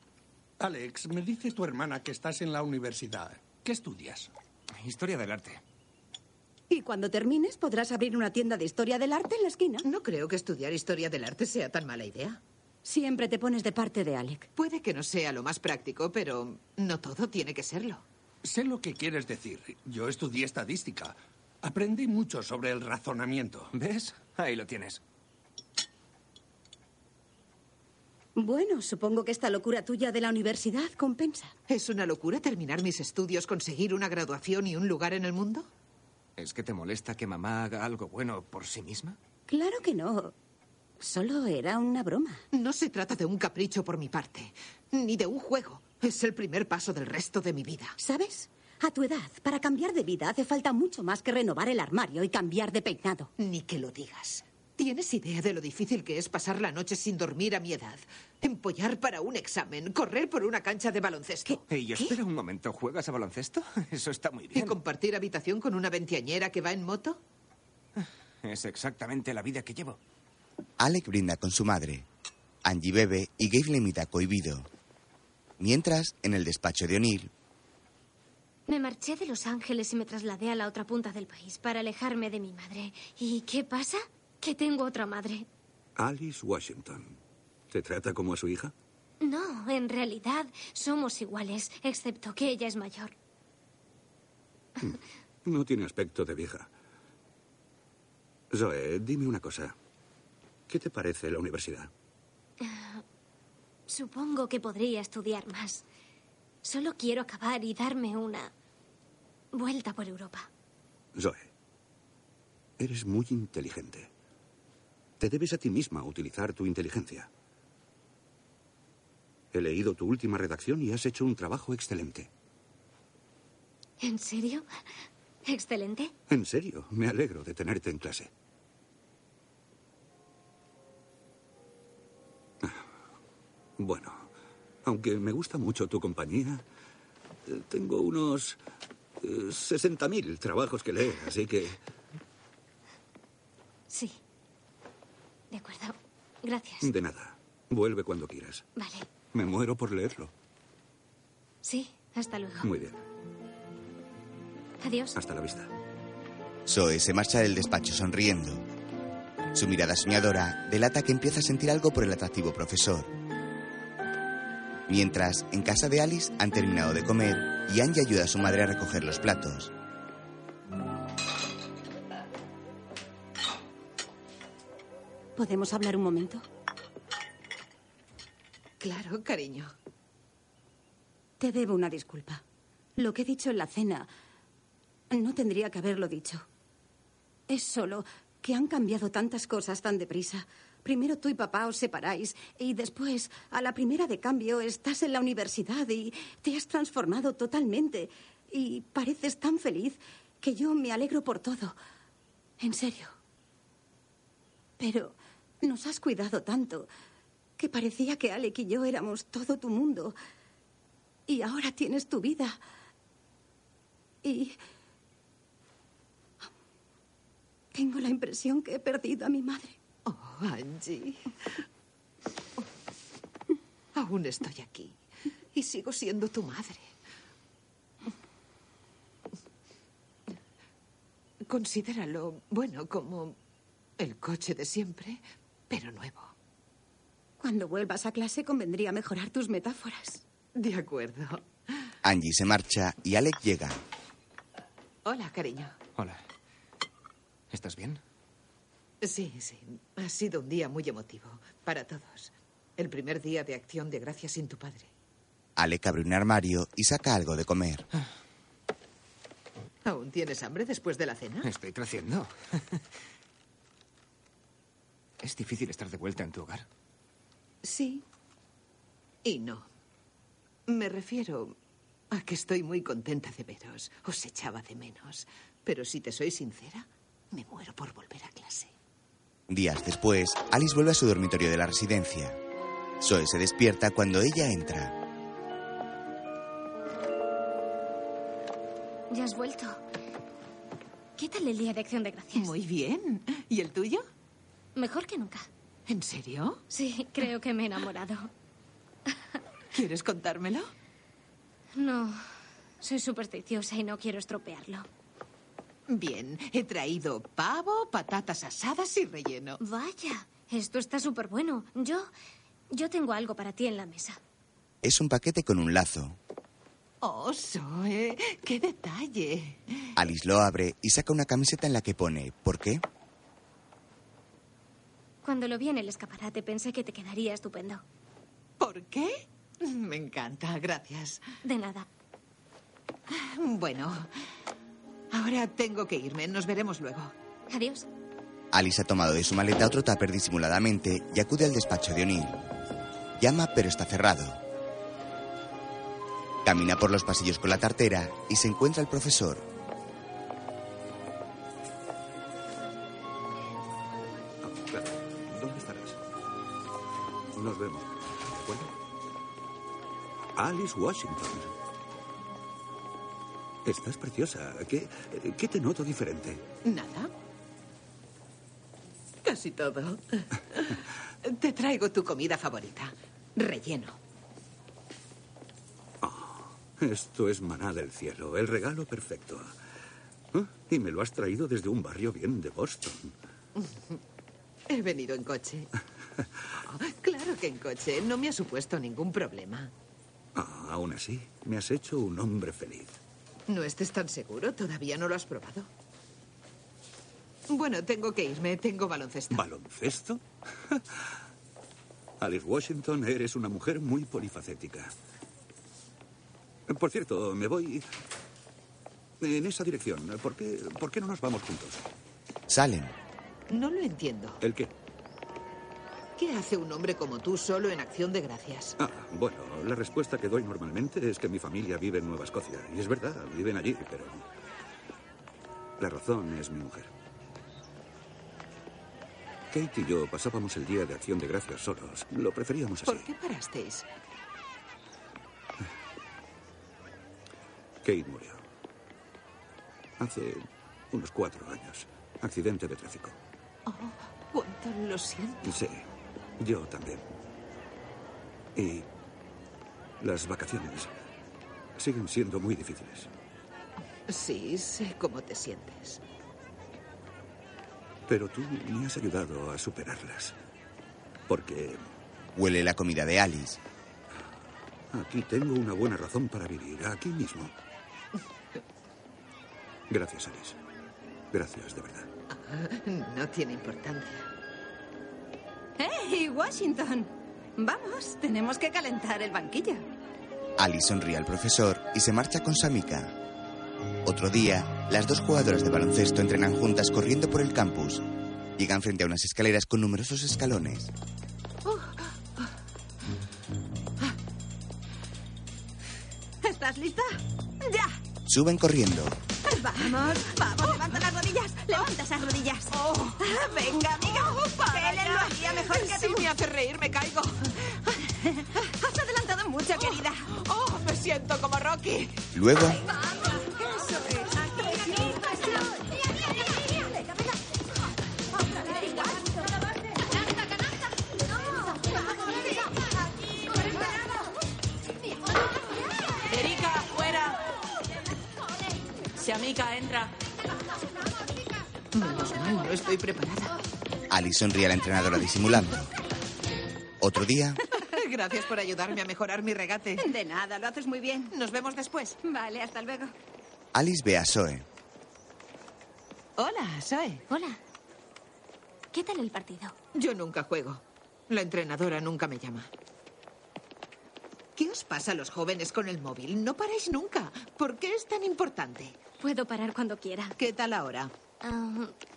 [SPEAKER 10] Alex, me dice tu hermana que estás en la universidad. ¿Qué estudias? Historia del arte.
[SPEAKER 8] Y cuando termines podrás abrir una tienda de historia del arte en la esquina.
[SPEAKER 5] No creo que estudiar historia del arte sea tan mala idea.
[SPEAKER 8] Siempre te pones de parte de Alec.
[SPEAKER 5] Puede que no sea lo más práctico, pero no todo tiene que serlo.
[SPEAKER 10] Sé lo que quieres decir. Yo estudié estadística. Aprendí mucho sobre el razonamiento. ¿Ves? Ahí lo tienes.
[SPEAKER 8] Bueno, supongo que esta locura tuya de la universidad compensa.
[SPEAKER 5] ¿Es una locura terminar mis estudios, conseguir una graduación y un lugar en el mundo?
[SPEAKER 13] ¿Es que te molesta que mamá haga algo bueno por sí misma?
[SPEAKER 8] Claro que no. Solo era una broma.
[SPEAKER 5] No se trata de un capricho por mi parte, ni de un juego. Es el primer paso del resto de mi vida.
[SPEAKER 8] ¿Sabes? A tu edad, para cambiar de vida hace falta mucho más que renovar el armario y cambiar de peinado.
[SPEAKER 5] Ni que lo digas. ¿Tienes idea de lo difícil que es pasar la noche sin dormir a mi edad? Empollar para un examen, correr por una cancha de baloncesto.
[SPEAKER 13] Ey, espera un momento, ¿juegas a baloncesto? [LAUGHS] Eso está muy
[SPEAKER 5] ¿Y
[SPEAKER 13] bien.
[SPEAKER 5] compartir habitación con una veinteañera que va en moto?
[SPEAKER 13] Es exactamente la vida que llevo.
[SPEAKER 1] Alec brinda con su madre. Angie bebe y Gabe le imita cohibido. Mientras, en el despacho de O'Neill,
[SPEAKER 3] Me marché de Los Ángeles y me trasladé a la otra punta del país para alejarme de mi madre. ¿Y qué pasa? Que tengo otra madre.
[SPEAKER 2] Alice Washington. ¿Te trata como a su hija?
[SPEAKER 3] No, en realidad somos iguales, excepto que ella es mayor.
[SPEAKER 2] No tiene aspecto de vieja. Zoe, dime una cosa. ¿Qué te parece la universidad?
[SPEAKER 3] Eh, [SIGHS] Supongo que podría estudiar más. Solo quiero acabar y darme una vuelta por Europa.
[SPEAKER 2] Zoe, eres muy inteligente. Te debes a ti misma utilizar tu inteligencia. He leído tu última redacción y has hecho un trabajo excelente.
[SPEAKER 3] ¿En serio? Excelente.
[SPEAKER 2] En serio, me alegro de tenerte en clase. Bueno, aunque me gusta mucho tu compañía, eh, tengo unos eh, 60.000 trabajos que leer, así que...
[SPEAKER 3] Sí. De acuerdo. Gracias.
[SPEAKER 2] De nada. Vuelve cuando quieras.
[SPEAKER 3] Vale.
[SPEAKER 2] Me muero por leerlo.
[SPEAKER 3] Sí, hasta luego.
[SPEAKER 2] Muy bien.
[SPEAKER 3] Adiós.
[SPEAKER 2] Hasta la vista.
[SPEAKER 1] Zoe se marcha del despacho sonriendo. Su mirada soñadora delata que empieza a sentir algo por el atractivo profesor. Mientras, en casa de Alice han terminado de comer y Angie ayuda a su madre a recoger los platos.
[SPEAKER 8] ¿Podemos hablar un momento?
[SPEAKER 5] Claro, cariño.
[SPEAKER 8] Te debo una disculpa. Lo que he dicho en la cena no tendría que haberlo dicho. Es solo que han cambiado tantas cosas tan deprisa. Primero tú y papá os separáis y después, a la primera de cambio, estás en la universidad y te has transformado totalmente y pareces tan feliz que yo me alegro por todo. En serio. Pero nos has cuidado tanto que parecía que Alec y yo éramos todo tu mundo. Y ahora tienes tu vida. Y... Tengo la impresión que he perdido a mi madre.
[SPEAKER 5] Oh, Angie. Aún estoy aquí y sigo siendo tu madre. Considéralo, bueno, como el coche de siempre, pero nuevo.
[SPEAKER 8] Cuando vuelvas a clase convendría mejorar tus metáforas.
[SPEAKER 5] De acuerdo.
[SPEAKER 1] Angie se marcha y Alec llega.
[SPEAKER 5] Hola, cariño.
[SPEAKER 13] Hola. ¿Estás bien?
[SPEAKER 5] Sí, sí. Ha sido un día muy emotivo para todos. El primer día de acción de gracias sin tu padre.
[SPEAKER 1] Alec abre un armario y saca algo de comer.
[SPEAKER 13] Ah,
[SPEAKER 5] ¿Aún tienes hambre después de la cena?
[SPEAKER 13] Estoy creciendo. [LAUGHS] ¿Es difícil estar de vuelta en tu hogar?
[SPEAKER 5] Sí. Y no. Me refiero a que estoy muy contenta de veros. Os echaba de menos. Pero si te soy sincera, me muero por volver a clase.
[SPEAKER 1] Días después, Alice vuelve a su dormitorio de la residencia. Zoe se despierta cuando ella entra.
[SPEAKER 3] Ya has vuelto. ¿Qué tal el día de acción de gracias?
[SPEAKER 5] Muy bien. ¿Y el tuyo?
[SPEAKER 3] Mejor que nunca.
[SPEAKER 5] ¿En serio?
[SPEAKER 3] Sí, creo que me he enamorado.
[SPEAKER 5] ¿Quieres contármelo?
[SPEAKER 3] No, soy supersticiosa y no quiero estropearlo.
[SPEAKER 5] Bien, he traído pavo, patatas asadas y relleno.
[SPEAKER 3] Vaya, esto está súper bueno. Yo, yo tengo algo para ti en la mesa.
[SPEAKER 1] Es un paquete con un lazo.
[SPEAKER 5] Oh, Zoe, qué detalle.
[SPEAKER 1] Alice lo abre y saca una camiseta en la que pone ¿Por qué?
[SPEAKER 3] Cuando lo vi en el escaparate pensé que te quedaría estupendo.
[SPEAKER 5] ¿Por qué? Me encanta, gracias.
[SPEAKER 3] De nada.
[SPEAKER 5] Bueno, ahora tengo que irme. Nos veremos luego.
[SPEAKER 3] Adiós.
[SPEAKER 1] Alice ha tomado de su maleta otro tupper disimuladamente y acude al despacho de O'Neill. Llama, pero está cerrado. Camina por los pasillos con la tartera y se encuentra al profesor.
[SPEAKER 2] ¿Dónde estarás? Nos vemos. ¿De acuerdo? Alice Washington. Estás preciosa. ¿Qué, qué te noto diferente?
[SPEAKER 5] Nada. Casi todo. Te traigo tu comida favorita. Relleno.
[SPEAKER 2] Ah, Esto es maná del cielo, el regalo perfecto. Ah, Y me lo has traído desde un barrio bien de Boston.
[SPEAKER 5] He venido en coche. Oh, claro que en coche. No me ha supuesto ningún problema.
[SPEAKER 2] Ah, aún así, me has hecho un hombre feliz.
[SPEAKER 5] No estés tan seguro. Todavía no lo has probado. Bueno, tengo que irme. Tengo baloncesto.
[SPEAKER 2] ¿Baloncesto? [LAUGHS] Alice Washington, eres una mujer muy polifacética. Por cierto, me voy en esa dirección. ¿Por qué, por qué no nos vamos juntos?
[SPEAKER 1] Salen.
[SPEAKER 5] No lo entiendo.
[SPEAKER 2] ¿El qué?
[SPEAKER 5] ¿Qué hace un hombre como tú solo en acción de gracias?
[SPEAKER 2] Ah, bueno, la respuesta que doy normalmente es que mi familia vive en Nueva Escocia. Y es verdad, viven allí, pero... La razón es mi mujer. Kate y yo pasábamos el día de acción de gracias solos. Lo preferíamos así.
[SPEAKER 5] ¿Por qué parasteis?
[SPEAKER 2] Kate murió. Hace unos cuatro años. Accidente de tráfico.
[SPEAKER 5] Oh, cuánto lo siento.
[SPEAKER 2] Sí, yo también. Y las vacaciones siguen siendo muy difíciles.
[SPEAKER 5] Sí, sé cómo te sientes.
[SPEAKER 2] Pero tú me has ayudado a superarlas. Porque
[SPEAKER 1] Huele la comida de Alice.
[SPEAKER 2] aquí tengo una buena razón para vivir, aquí mismo. Gracias, Alice. Gracias, de verdad.
[SPEAKER 5] Ah, No tiene importancia.
[SPEAKER 4] ¡Hey, Washington! Vamos, tenemos que calentar el banquillo.
[SPEAKER 1] Alice sonríe al profesor y se marcha con Samika. Otro día, las dos jugadoras de baloncesto entrenan juntas corriendo por el campus. Llegan frente a unas escaleras con numerosos escalones.
[SPEAKER 11] ¿Estás lista? ¡Ya!
[SPEAKER 1] Suben corriendo.
[SPEAKER 8] Pues
[SPEAKER 11] ¡Vamos! ¡Vamos! ¡Levanta las rodillas! ¡Levanta esas rodillas!
[SPEAKER 14] Oh.
[SPEAKER 11] Ah, ¡Venga, amiga! ¡Helen lo hacía mejor que tú! me hace reír, me caigo. Has adelantado mucho, querida. ¡Oh! Me siento como Rocky.
[SPEAKER 1] Luego,
[SPEAKER 11] Eso es.
[SPEAKER 15] Erika, fuera. Siamika, entra.
[SPEAKER 5] Menos mal, no estoy preparada.
[SPEAKER 1] Alice sonríe a la entrenadora disimulando. Otro día,
[SPEAKER 5] Gracias por ayudarme a mejorar mi regate.
[SPEAKER 4] De nada, lo haces muy bien.
[SPEAKER 5] Nos vemos después.
[SPEAKER 4] Vale, hasta luego.
[SPEAKER 1] Alice ve a Zoe.
[SPEAKER 5] Hola, Zoe.
[SPEAKER 3] Hola. ¿Qué tal el partido?
[SPEAKER 5] Yo nunca juego. La entrenadora nunca me llama. ¿Qué os pasa a los jóvenes con el móvil? No paráis nunca. ¿Por qué es tan importante?
[SPEAKER 3] Puedo parar cuando quiera.
[SPEAKER 5] ¿Qué tal ahora?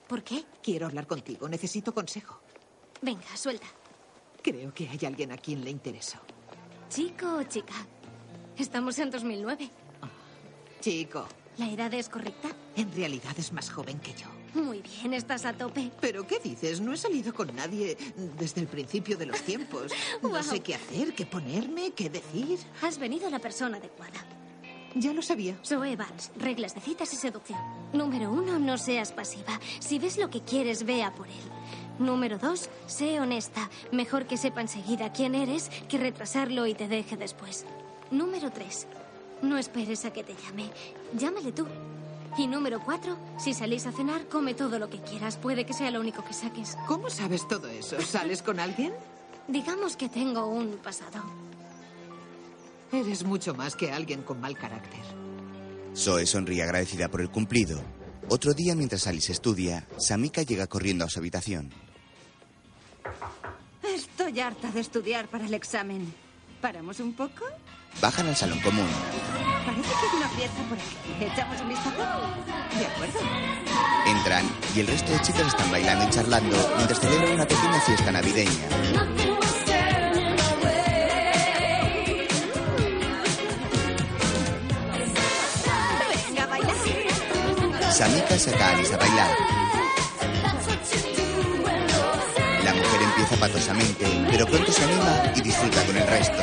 [SPEAKER 3] ¿Por qué?
[SPEAKER 5] Quiero hablar contigo. Necesito consejo.
[SPEAKER 3] Venga, suelta.
[SPEAKER 5] Creo que hay alguien a quien le intereso.
[SPEAKER 3] ¿Chico o Oh, chica? Estamos en 2009.
[SPEAKER 5] Chico,
[SPEAKER 3] ¿La edad es correcta?
[SPEAKER 5] en realidad es más joven que yo.
[SPEAKER 3] Muy bien, estás a tope.
[SPEAKER 5] ¿Pero qué dices? No he salido con nadie desde el principio de los
[SPEAKER 3] [LAUGHS]
[SPEAKER 5] tiempos. No
[SPEAKER 3] Guau.
[SPEAKER 5] sé qué hacer, qué ponerme, qué decir.
[SPEAKER 3] Has venido a la persona adecuada.
[SPEAKER 5] Ya lo sabía.
[SPEAKER 3] Zoe Vance, reglas de citas y seducción. Número uno, no seas pasiva. Si ves lo que quieres, vea por él. Número dos, sé honesta. Mejor que sepa enseguida quién eres que retrasarlo y te deje después. Número tres, no esperes a que te llame. Llámale tú. Y número cuatro, si salís a cenar, come todo lo que quieras. Puede que sea lo único que saques.
[SPEAKER 5] ¿Cómo sabes todo eso? ¿Sales con alguien?
[SPEAKER 3] Digamos que tengo un pasado.
[SPEAKER 5] Eres mucho más que alguien con mal carácter.
[SPEAKER 1] Zoe sonríe agradecida por el cumplido. Otro día, mientras Alice estudia, Samika llega corriendo a su habitación.
[SPEAKER 8] Estoy harta de estudiar para el examen. ¿Paramos un poco?
[SPEAKER 1] Bajan al salón común.
[SPEAKER 8] Parece que hay una fiesta por aquí. ¿Echamos un vistazo? De acuerdo.
[SPEAKER 1] Entran y el resto de chicas están bailando y charlando mientras celebran una pequeña fiesta navideña.
[SPEAKER 11] Venga, baila.
[SPEAKER 1] Samika saca a Alice a bailar. La mujer empieza patosamente, pero pronto se anima y disfruta con el resto.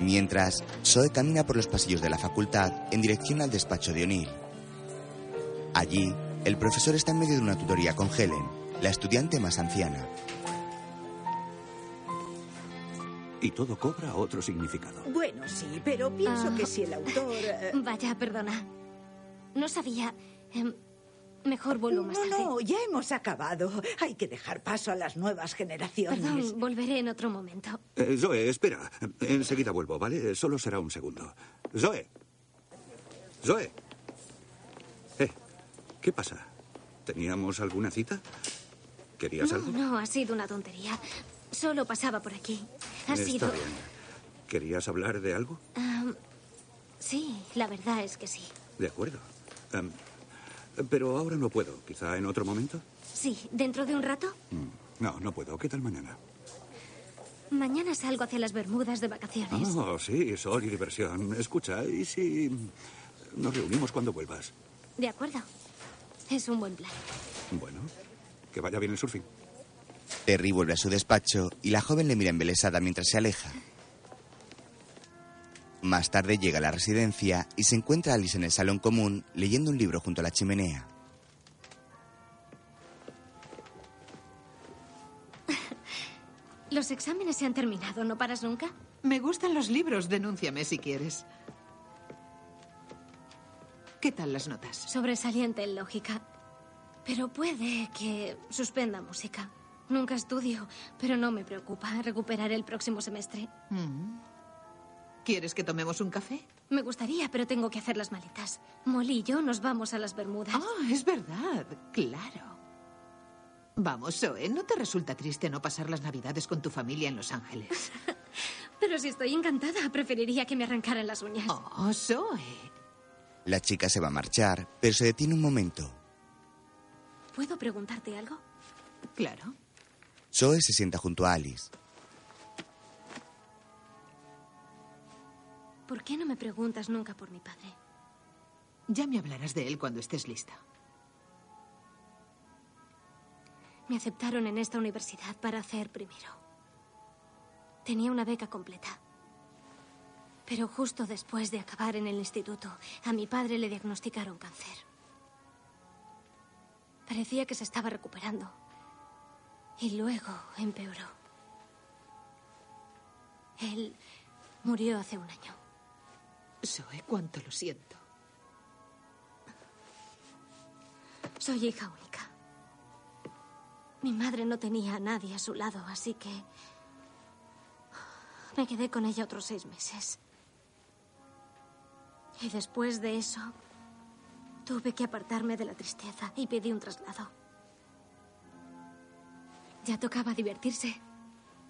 [SPEAKER 1] Mientras, Zoe camina por los pasillos de la facultad en dirección al despacho de O'Neill. Allí, el profesor está en medio de una tutoría con Helen, la estudiante más anciana.
[SPEAKER 2] Y todo cobra otro significado.
[SPEAKER 15] Bueno, sí, pero pienso
[SPEAKER 3] Ah.
[SPEAKER 15] que si el autor...
[SPEAKER 4] [LAUGHS]
[SPEAKER 15] eh,
[SPEAKER 3] Vaya, perdona. No sabía. Em, mejor vuelvo más
[SPEAKER 15] no,
[SPEAKER 3] tarde.
[SPEAKER 15] no, ya hemos acabado. Hay que dejar paso a las nuevas generaciones.
[SPEAKER 3] Perdón, volveré en otro momento.
[SPEAKER 2] Eh, Zoe, espera. Enseguida vuelvo, ¿vale? Solo será un segundo. Zoe. Zoe. Eh, ¿qué pasa? ¿Teníamos alguna cita? ¿Querías
[SPEAKER 3] No,
[SPEAKER 2] algo?
[SPEAKER 3] no, ha sido una tontería. Solo pasaba por aquí. Ha
[SPEAKER 2] Está
[SPEAKER 3] sido...
[SPEAKER 2] bien. ¿Querías hablar de algo?
[SPEAKER 3] Am, sí, la verdad es que sí.
[SPEAKER 2] De acuerdo. Em, pero ahora no puedo. ¿Quizá en otro momento?
[SPEAKER 3] Sí, dentro de un rato,
[SPEAKER 2] Mm, No, no puedo. ¿Qué tal mañana?
[SPEAKER 3] mañana salgo hacia las Bermudas de vacaciones.
[SPEAKER 2] Oh, sí, sol y diversión. Escucha, ¿y si nos reunimos cuando vuelvas?
[SPEAKER 3] De acuerdo. Es un buen plan.
[SPEAKER 2] Bueno, que vaya bien el surfing.
[SPEAKER 1] Terry vuelve a su despacho y la joven le mira embelesada mientras se aleja. Más tarde llega a la residencia y se encuentra a Alice en el salón común leyendo un libro junto a la chimenea.
[SPEAKER 3] Los exámenes se han terminado, ¿no paras nunca?
[SPEAKER 5] Me gustan los libros, denúnciame si quieres. ¿Qué tal las notas?
[SPEAKER 3] Sobresaliente en lógica. Pero puede que suspenda música. Nunca estudio, pero no me preocupa. Recuperaré el próximo semestre.
[SPEAKER 5] Mm. ¿Quieres que tomemos un café?
[SPEAKER 3] Me gustaría, pero tengo que hacer las maletas. Molly y yo nos vamos a las Bermudas.
[SPEAKER 5] Ah, es verdad, claro. Vamos, Zoe, ¿no te resulta triste no pasar las Navidades con tu familia en Los Ángeles?
[SPEAKER 3] Pero si estoy encantada, preferiría que me arrancaran las uñas.
[SPEAKER 5] Oh, Zoe.
[SPEAKER 1] La chica se va a marchar, pero se detiene un momento.
[SPEAKER 3] ¿Puedo preguntarte algo?
[SPEAKER 5] Claro.
[SPEAKER 1] Zoe se sienta junto a Alice.
[SPEAKER 3] ¿Por qué no me preguntas nunca por mi padre?
[SPEAKER 5] Ya me hablarás de él cuando estés lista.
[SPEAKER 3] Me aceptaron en esta universidad para hacer primero. Tenía una beca completa. Pero justo después de acabar en el instituto, a mi padre le diagnosticaron cáncer. Parecía que se estaba recuperando. Y luego empeoró. Él murió hace un año.
[SPEAKER 5] Zoe, cuánto lo siento.
[SPEAKER 3] Soy hija única. Mi madre no tenía a nadie a su lado, así que me quedé con ella otros seis meses. Y después de eso, tuve que apartarme de la tristeza y pedí un traslado. Ya tocaba divertirse.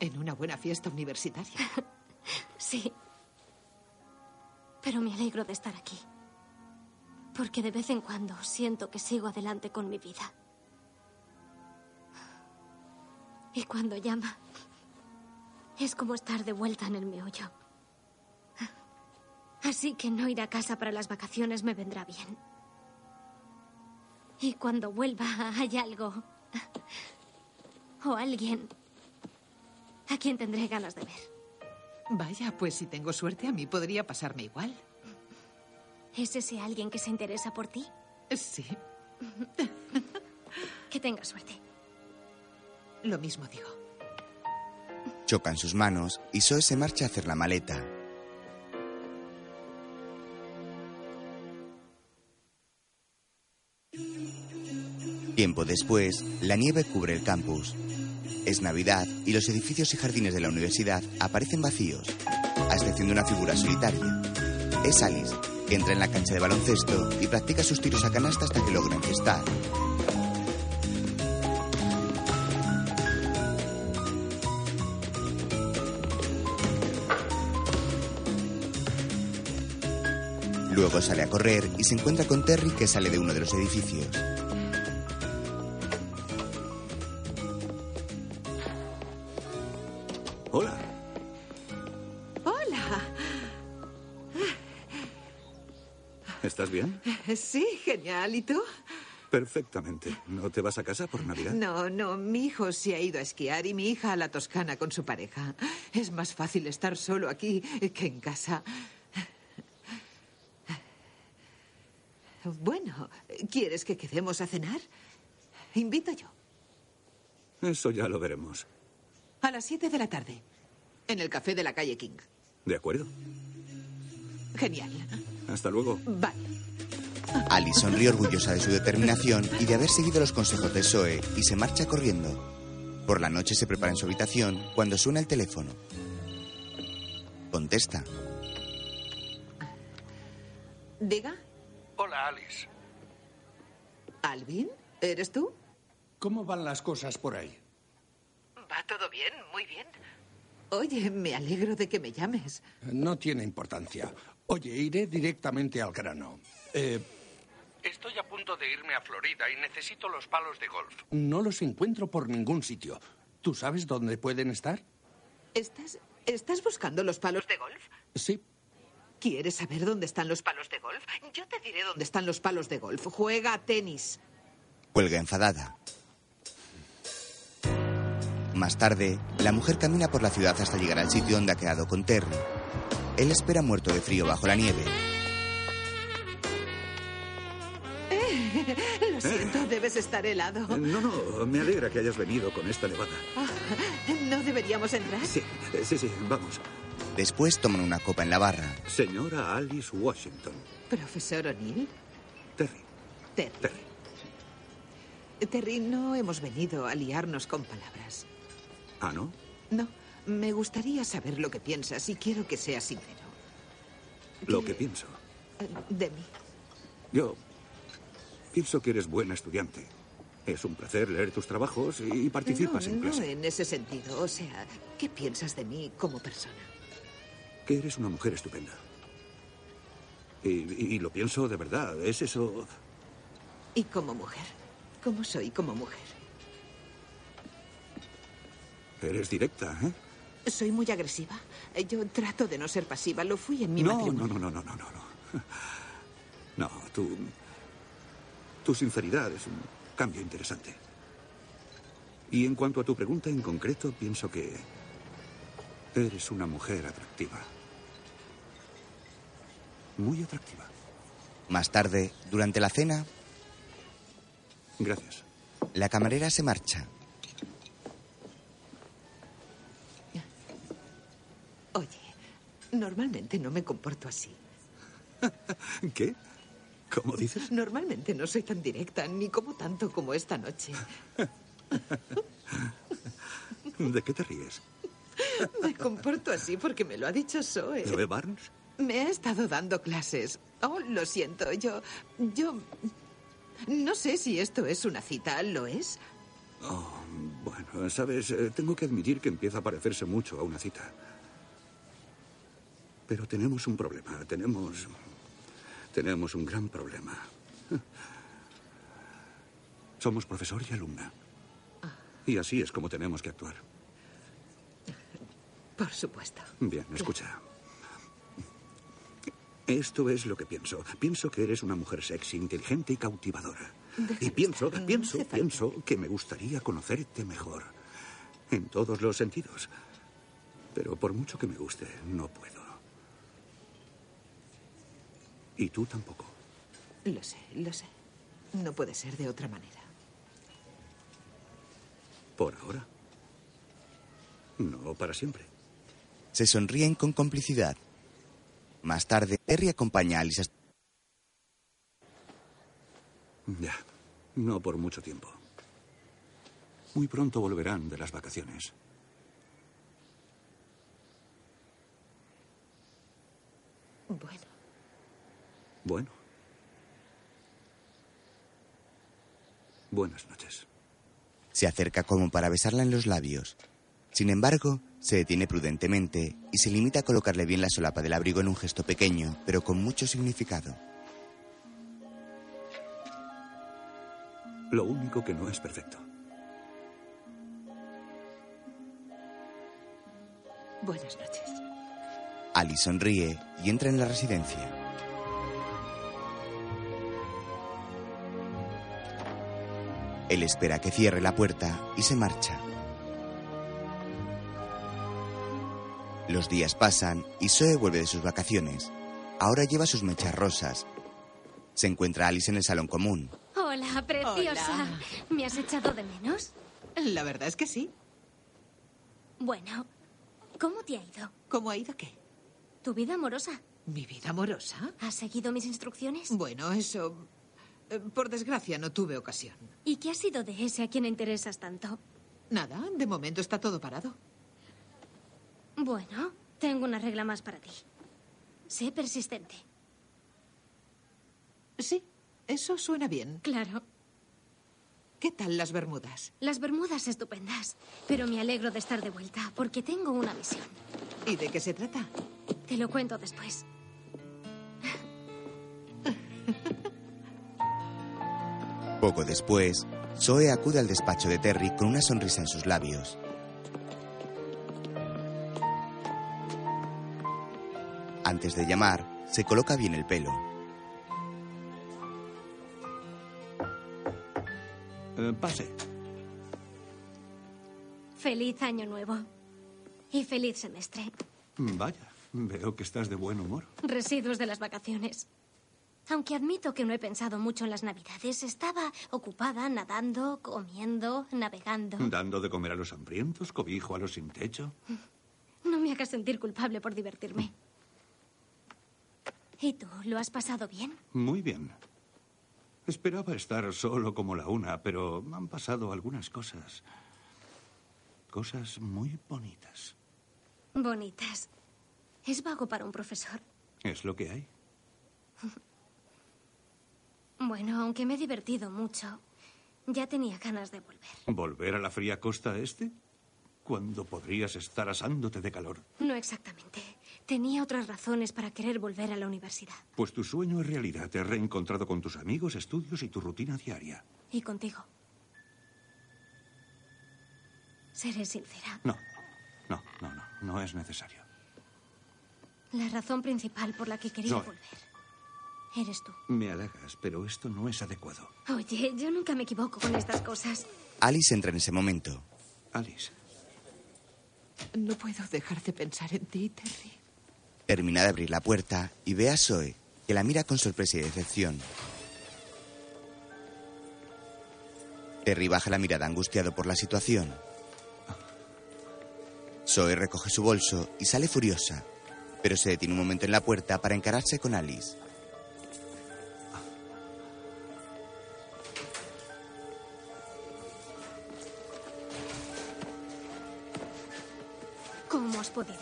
[SPEAKER 5] En una buena fiesta [LAUGHS] universitaria.
[SPEAKER 3] Sí. Pero me alegro de estar aquí. Porque de vez en cuando siento que sigo adelante con mi vida. Y cuando llama, es como estar de vuelta en el meollo. Así que no ir a casa para las vacaciones me vendrá bien. Y cuando vuelva hay algo o alguien a quien tendré ganas de ver.
[SPEAKER 5] Vaya, pues si tengo suerte, a mí podría pasarme igual.
[SPEAKER 3] ¿Es ese alguien que se interesa por ti?
[SPEAKER 5] Sí,
[SPEAKER 3] [LAUGHS] Que tenga suerte.
[SPEAKER 5] lo mismo digo.
[SPEAKER 1] Chocan sus manos y Zoe se marcha a hacer la maleta. Tiempo después, la nieve cubre el campus. Es Navidad y los edificios y jardines de la universidad aparecen vacíos, haciendo una figura solitaria. Es Alice, que entra en la cancha de baloncesto y practica sus tiros a canasta hasta que logra encestar. Luego sale a correr y se encuentra con Terry que sale de uno de los edificios.
[SPEAKER 2] Hola,
[SPEAKER 5] Hola.
[SPEAKER 2] ¿estás bien?
[SPEAKER 5] Ah, Sí, genial. ¿Y tú?
[SPEAKER 2] Perfectamente. ¿No te vas a casa por Navidad?
[SPEAKER 5] No, no, mi hijo se ha ido a esquiar y mi hija a la Toscana con su pareja. Es más fácil estar solo aquí que en casa. Bueno, ¿quieres que quedemos a cenar? Invito yo.
[SPEAKER 2] Eso ya lo veremos.
[SPEAKER 5] A las siete de la tarde. En el café de la calle King.
[SPEAKER 2] ¿De acuerdo?
[SPEAKER 5] Genial.
[SPEAKER 2] Hasta luego.
[SPEAKER 5] Vale.
[SPEAKER 1] Alice sonríe orgullosa de su determinación y de haber seguido los consejos de Zoe y se marcha corriendo. Por la noche se prepara en su habitación cuando suena el teléfono. Contesta.
[SPEAKER 5] Diga,
[SPEAKER 10] Hola, Alice.
[SPEAKER 5] Alvin, ¿eres tú?
[SPEAKER 10] ¿Cómo van las cosas por ahí?
[SPEAKER 5] Va todo bien, muy bien. Oye, me alegro de que me llames.
[SPEAKER 10] No tiene importancia. Oye, iré directamente al grano. Eh,
[SPEAKER 16] Estoy a punto de irme a Florida y necesito los palos de golf.
[SPEAKER 10] no los encuentro por ningún sitio. ¿Tú sabes dónde pueden estar?
[SPEAKER 5] ¿Estás, ¿Estás buscando los palos de golf?
[SPEAKER 10] Sí.
[SPEAKER 5] ¿Quieres saber dónde están los palos de golf? Yo te diré dónde están los palos de golf. Juega a tenis. [LAUGHS]
[SPEAKER 1] Cuelga enfadada. Más tarde, la mujer camina por la ciudad hasta llegar al sitio donde ha quedado con Terry. Él espera muerto de frío bajo la nieve.
[SPEAKER 5] Eh, lo siento, debes estar helado.
[SPEAKER 2] Eh, No, no, me alegra que hayas venido con esta nevada.
[SPEAKER 5] Ah, ¿No deberíamos entrar?
[SPEAKER 2] Sí, eh, sí, sí, vamos.
[SPEAKER 1] Después toman una copa en la barra.
[SPEAKER 2] Señora Alice Washington.
[SPEAKER 5] Profesor O'Neill.
[SPEAKER 2] Terry.
[SPEAKER 5] Terry.
[SPEAKER 2] Terry.
[SPEAKER 5] Terry, no hemos venido a liarnos con palabras.
[SPEAKER 2] Ah, ¿no?
[SPEAKER 5] No, me gustaría saber lo que piensas y quiero que seas sincero.
[SPEAKER 2] Lo que pienso.
[SPEAKER 5] Eh, De mí.
[SPEAKER 2] Yo pienso que eres buena estudiante. Es un placer leer tus trabajos y participas
[SPEAKER 5] no,
[SPEAKER 2] en clase.
[SPEAKER 5] No en ese sentido. O sea, ¿qué piensas de mí como persona?
[SPEAKER 2] Que eres una mujer estupenda. Y, y- y lo pienso de verdad. Es eso.
[SPEAKER 5] Y como mujer. ¿Cómo soy como mujer?
[SPEAKER 2] Eres directa, ¿eh?
[SPEAKER 5] Soy muy agresiva. Eh, Yo trato de no ser pasiva. Lo fui en mi
[SPEAKER 2] no,
[SPEAKER 5] matrimonio.
[SPEAKER 2] no, no, no, no, no, no. No, tu. Tu sinceridad es un cambio interesante. Y en cuanto a tu pregunta en concreto, pienso que. Eres una mujer atractiva. Muy atractiva.
[SPEAKER 1] Más tarde, durante la cena,
[SPEAKER 2] Gracias.
[SPEAKER 1] la camarera se marcha.
[SPEAKER 5] Oye, normalmente no me comporto así.
[SPEAKER 2] [LAUGHS] ¿Qué? ¿Cómo dices?
[SPEAKER 5] Normalmente no soy tan directa, ni como tanto como esta noche.
[SPEAKER 2] ¿De qué te ríes?
[SPEAKER 5] Me comporto así porque me lo ha dicho Zoe.
[SPEAKER 2] ¿Zoe Barnes?
[SPEAKER 5] Me ha estado dando clases. Oh, lo siento, yo... Yo... No sé si esto es una cita, ¿lo es?
[SPEAKER 2] Oh, bueno, sabes, eh, tengo que admitir que empieza a parecerse mucho a una cita. Pero tenemos un problema, tenemos... Tenemos un gran problema. [LAUGHS] Somos profesor y alumna. Y así es como tenemos que actuar.
[SPEAKER 5] Por supuesto.
[SPEAKER 2] Bien, escucha. Esto es lo que pienso. Pienso que eres una mujer sexy, inteligente y cautivadora. Y pienso, pienso, pienso que me gustaría conocerte mejor. En todos los sentidos. Pero por mucho que me guste, no puedo. Y tú tampoco.
[SPEAKER 5] Lo sé, lo sé. No puede ser de otra manera.
[SPEAKER 2] Por ahora. No para siempre.
[SPEAKER 1] Se sonríen con complicidad. Más tarde, Terry acompaña a Alice hasta-
[SPEAKER 2] Ya. No por mucho tiempo. Muy pronto volverán de las vacaciones.
[SPEAKER 5] Bueno.
[SPEAKER 2] Bueno. Buenas noches.
[SPEAKER 1] Se acerca como para besarla en los labios. Sin embargo, se detiene prudentemente y se limita a colocarle bien la solapa del abrigo en un gesto pequeño, pero con mucho significado.
[SPEAKER 2] Lo único que no es perfecto.
[SPEAKER 5] Buenas noches.
[SPEAKER 1] Alice sonríe y entra en la residencia. Él espera que cierre la puerta y se marcha. Los días pasan y Zoe vuelve de sus vacaciones. Ahora lleva sus mechas rosas. Se encuentra Alice en el salón común.
[SPEAKER 3] Hola, preciosa.
[SPEAKER 5] Hola.
[SPEAKER 3] ¿Me has echado de menos?
[SPEAKER 5] La verdad es que sí.
[SPEAKER 3] Bueno, ¿cómo te ha ido?
[SPEAKER 5] ¿Cómo ha ido qué?
[SPEAKER 3] ¿Tu vida amorosa?
[SPEAKER 5] ¿Mi vida amorosa?
[SPEAKER 3] ¿Has seguido mis instrucciones?
[SPEAKER 5] Bueno, eso... eh, Por desgracia, no tuve ocasión.
[SPEAKER 3] ¿Y qué ha sido de ese a quien interesas tanto?
[SPEAKER 5] Nada, de momento está todo parado.
[SPEAKER 3] Bueno, tengo una regla más para ti. Sé persistente.
[SPEAKER 5] Sí, eso suena bien.
[SPEAKER 3] Claro.
[SPEAKER 5] ¿Qué tal las Bermudas?
[SPEAKER 3] Las Bermudas estupendas, pero me alegro de estar de vuelta porque tengo una misión.
[SPEAKER 5] ¿Y de qué se trata?
[SPEAKER 3] Te lo cuento después.
[SPEAKER 1] Poco después, Zoe acude al despacho de Terry con una sonrisa en sus labios. Antes de llamar, se coloca bien el pelo.
[SPEAKER 2] pase.
[SPEAKER 3] Feliz año nuevo. Y feliz semestre.
[SPEAKER 2] Vaya, veo que estás de buen humor.
[SPEAKER 3] Residuos de las vacaciones. Aunque admito que no he pensado mucho en las navidades, estaba ocupada nadando, comiendo, navegando.
[SPEAKER 2] Dando de comer a los hambrientos, cobijo a los sin techo.
[SPEAKER 3] No me hagas sentir culpable por divertirme. ¿Y tú? ¿Lo has pasado bien?
[SPEAKER 2] Muy bien. Esperaba estar solo como la una, pero han pasado algunas cosas. Cosas muy bonitas.
[SPEAKER 3] Bonitas. Es vago para un profesor.
[SPEAKER 2] Es lo que hay.
[SPEAKER 3] Bueno, aunque me he divertido mucho, ya tenía ganas de volver.
[SPEAKER 2] ¿Volver a la fría costa este? Cuando podrías estar asándote de calor.
[SPEAKER 3] No exactamente. Tenía otras razones para querer volver a la universidad.
[SPEAKER 2] Pues tu sueño es realidad. Te has reencontrado con tus amigos, estudios y tu rutina diaria.
[SPEAKER 3] Y contigo. Seré sincera.
[SPEAKER 2] No, no, no, no. No es necesario.
[SPEAKER 3] La razón principal por la que quería
[SPEAKER 2] Zoe.
[SPEAKER 3] volver eres tú.
[SPEAKER 2] Me halagas, pero esto no es adecuado.
[SPEAKER 3] Oye, yo nunca me equivoco con estas cosas.
[SPEAKER 1] Alice entra en ese momento.
[SPEAKER 2] Alice.
[SPEAKER 5] No puedo dejar de pensar en ti, Terry.
[SPEAKER 1] Termina de abrir la puerta y ve a Zoe, que la mira con sorpresa y decepción. Terry baja la mirada angustiado por la situación. Zoe recoge su bolso y sale furiosa, pero se detiene un momento en la puerta para encararse con Alice.
[SPEAKER 3] ¿Cómo has podido?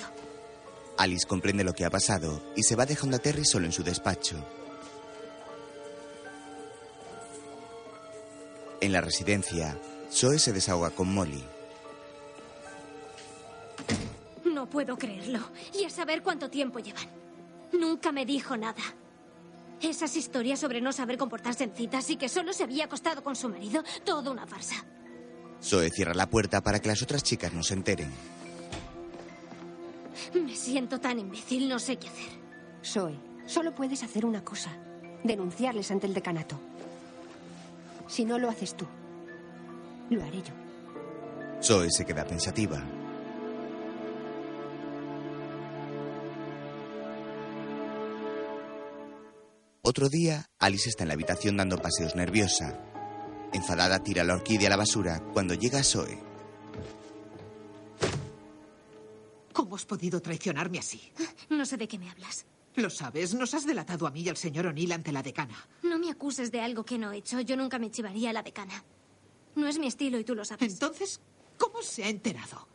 [SPEAKER 1] Alice comprende lo que ha pasado y se va dejando a Terry solo en su despacho. En la residencia, Zoe se desahoga con Molly.
[SPEAKER 3] No puedo creerlo. Y a saber cuánto tiempo llevan. Nunca me dijo nada. Esas historias sobre no saber comportarse en citas y que solo se había acostado con su marido, toda una farsa.
[SPEAKER 1] Zoe cierra la puerta para que las otras chicas no se enteren.
[SPEAKER 3] Me siento tan imbécil, no sé qué hacer.
[SPEAKER 7] Zoe, solo puedes hacer una cosa. Denunciarles ante el decanato. Si no lo haces tú, lo haré yo.
[SPEAKER 1] Zoe se queda pensativa. Otro día, Alice está en la habitación dando paseos nerviosa. Enfadada tira la orquídea a la basura cuando llega Zoe.
[SPEAKER 5] ¿Cómo has podido traicionarme así?
[SPEAKER 3] No sé de qué me hablas.
[SPEAKER 5] Lo sabes, nos has delatado a mí y al señor O'Neill ante la decana.
[SPEAKER 3] No me acuses de algo que no he hecho. Yo nunca me chivaría a la decana. No es mi estilo y tú lo sabes.
[SPEAKER 5] Entonces, ¿cómo se ha enterado?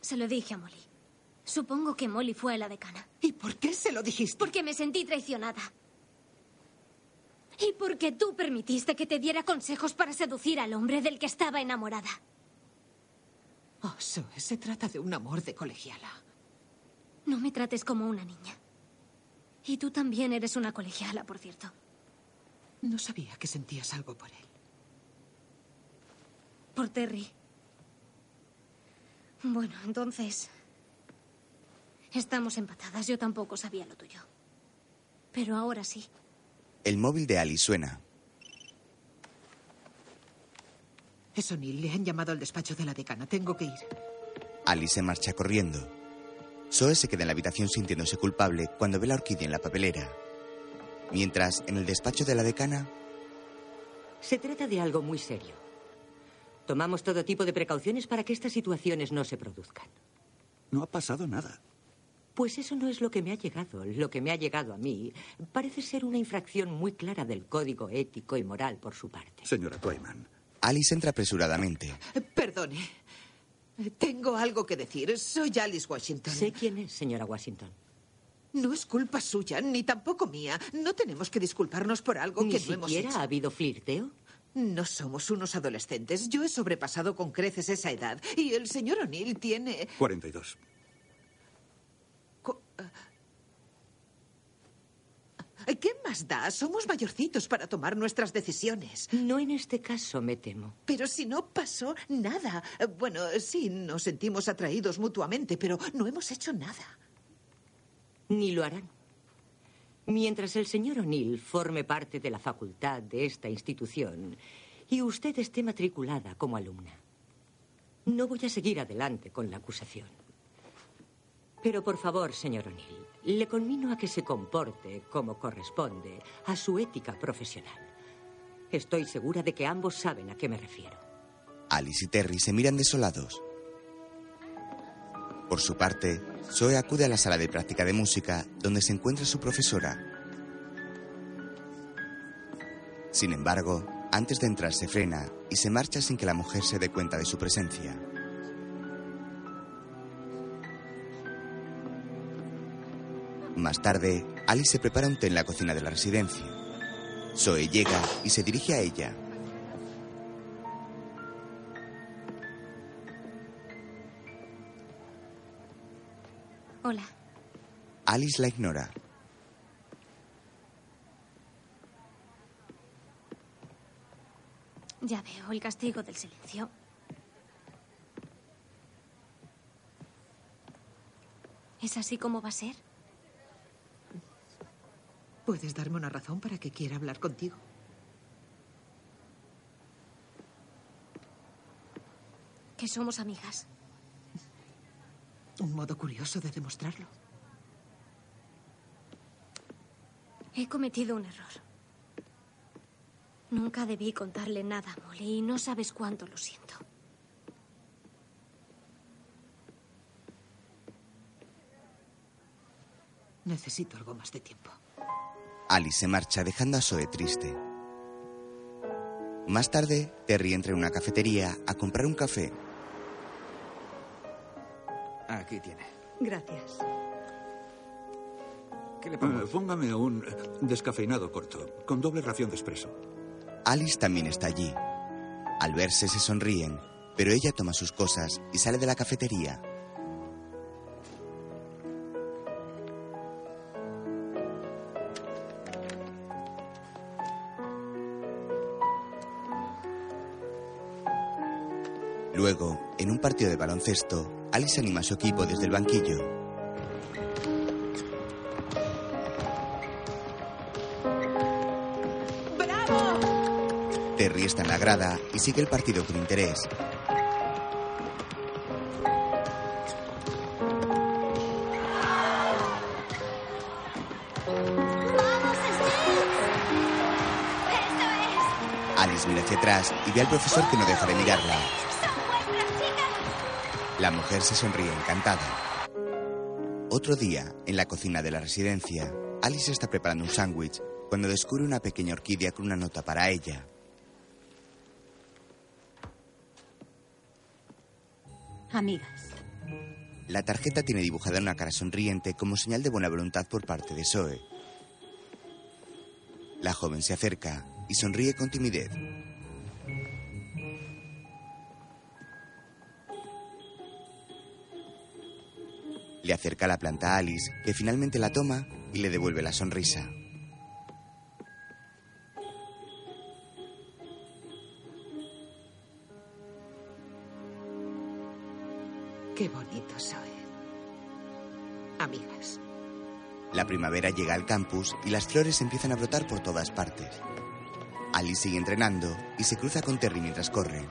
[SPEAKER 3] Se lo dije a Molly. Supongo que Molly fue a la decana.
[SPEAKER 5] ¿Y por qué se lo dijiste?
[SPEAKER 3] Porque me sentí traicionada. Y porque tú permitiste que te diera consejos para seducir al hombre del que estaba enamorada.
[SPEAKER 5] Oh, Zoe, se trata de un amor de colegiala.
[SPEAKER 3] No me trates como una niña. Y tú también eres una colegiala, por cierto.
[SPEAKER 5] No sabía que sentías algo por él.
[SPEAKER 3] Por Terry. Bueno, entonces... Estamos empatadas. Yo tampoco sabía lo tuyo. Pero ahora sí.
[SPEAKER 1] El móvil de Alice suena.
[SPEAKER 5] Es O'Neill, le han llamado al despacho de la decana. Tengo que ir.
[SPEAKER 1] Alice se marcha corriendo. Zoe se queda en la habitación sintiéndose culpable cuando ve la orquídea en la papelera. Mientras, en el despacho de la decana,
[SPEAKER 6] Se trata de algo muy serio. Tomamos todo tipo de precauciones para que estas situaciones no se produzcan.
[SPEAKER 2] No ha pasado nada.
[SPEAKER 6] Pues eso no es lo que me ha llegado. Lo que me ha llegado a mí parece ser una infracción muy clara del código ético y moral por su parte.
[SPEAKER 2] Señora Twyman.
[SPEAKER 1] Alice entra apresuradamente.
[SPEAKER 5] Eh, Perdone. Eh, Tengo algo que decir. Soy Alice Washington. Sé
[SPEAKER 6] quién es, señora Washington.
[SPEAKER 5] No es culpa suya, ni tampoco mía. No tenemos que disculparnos por algo
[SPEAKER 6] Ni
[SPEAKER 5] que no hemos
[SPEAKER 6] siquiera
[SPEAKER 5] hecho.
[SPEAKER 6] ha habido flirteo.
[SPEAKER 5] No somos unos adolescentes. Yo he sobrepasado con creces esa edad. Y el señor O'Neill tiene...
[SPEAKER 2] 42.
[SPEAKER 5] eh. ¿Qué más da? Somos mayorcitos para tomar nuestras decisiones.
[SPEAKER 6] No en este caso, me temo.
[SPEAKER 5] Pero si no pasó nada. Eh, Bueno, sí, nos sentimos atraídos mutuamente, pero no hemos hecho nada.
[SPEAKER 6] Ni lo harán. Mientras el señor O'Neill forme parte de la facultad de esta institución y usted esté matriculada como alumna, no voy a seguir adelante con la acusación. Pero por favor, señor O'Neill, le conmino a que se comporte como corresponde a su ética profesional. Estoy segura de que ambos saben a qué me refiero.
[SPEAKER 1] Alice y Terry se miran desolados. Por su parte, Zoe acude a la sala de práctica de música donde se encuentra su profesora. Sin embargo, antes de entrar se frena y se marcha sin que la mujer se dé cuenta de su presencia. Más tarde, Alice se prepara un té en la cocina de la residencia. Zoe llega y se dirige a ella.
[SPEAKER 3] Hola.
[SPEAKER 1] Alice la ignora.
[SPEAKER 3] Ya veo el castigo del silencio. ¿Es así como va a ser?
[SPEAKER 5] ¿Puedes darme una razón para que quiera hablar contigo?
[SPEAKER 3] Que somos amigas.
[SPEAKER 5] Un modo curioso de demostrarlo.
[SPEAKER 3] He cometido un error. Nunca debí contarle nada a Molly y no sabes cuánto lo siento.
[SPEAKER 5] Necesito algo más de tiempo.
[SPEAKER 1] Alice se marcha dejando a Zoe triste. Más tarde, Terry entra en una cafetería a comprar un café.
[SPEAKER 13] Aquí tiene.
[SPEAKER 8] Gracias.
[SPEAKER 13] ¿Qué le pongo?
[SPEAKER 2] Eh, póngame un eh, descafeinado corto, con doble ración de espresso.
[SPEAKER 1] Alice también está allí. Al verse se sonríen, pero ella toma sus cosas y sale de la cafetería. Luego, en un partido de baloncesto, Alice anima a su equipo desde el banquillo. Terry está en la grada y sigue el partido con interés. Alice mira hacia atrás y ve al profesor que no deja de mirarla. La mujer se sonríe encantada. Otro día, en la cocina de la residencia, Alice está preparando un sándwich cuando descubre una pequeña orquídea con una nota para ella.
[SPEAKER 8] Amigas,
[SPEAKER 1] La tarjeta tiene dibujada una cara sonriente como señal de buena voluntad por parte de Zoe. La joven se acerca y sonríe con timidez. Le acerca la planta a Alice, que finalmente la toma y le devuelve la sonrisa.
[SPEAKER 5] Qué bonito soy. Amigas.
[SPEAKER 1] La primavera llega al campus y las flores empiezan a brotar por todas partes. Alice sigue entrenando y se cruza con Terry mientras corre.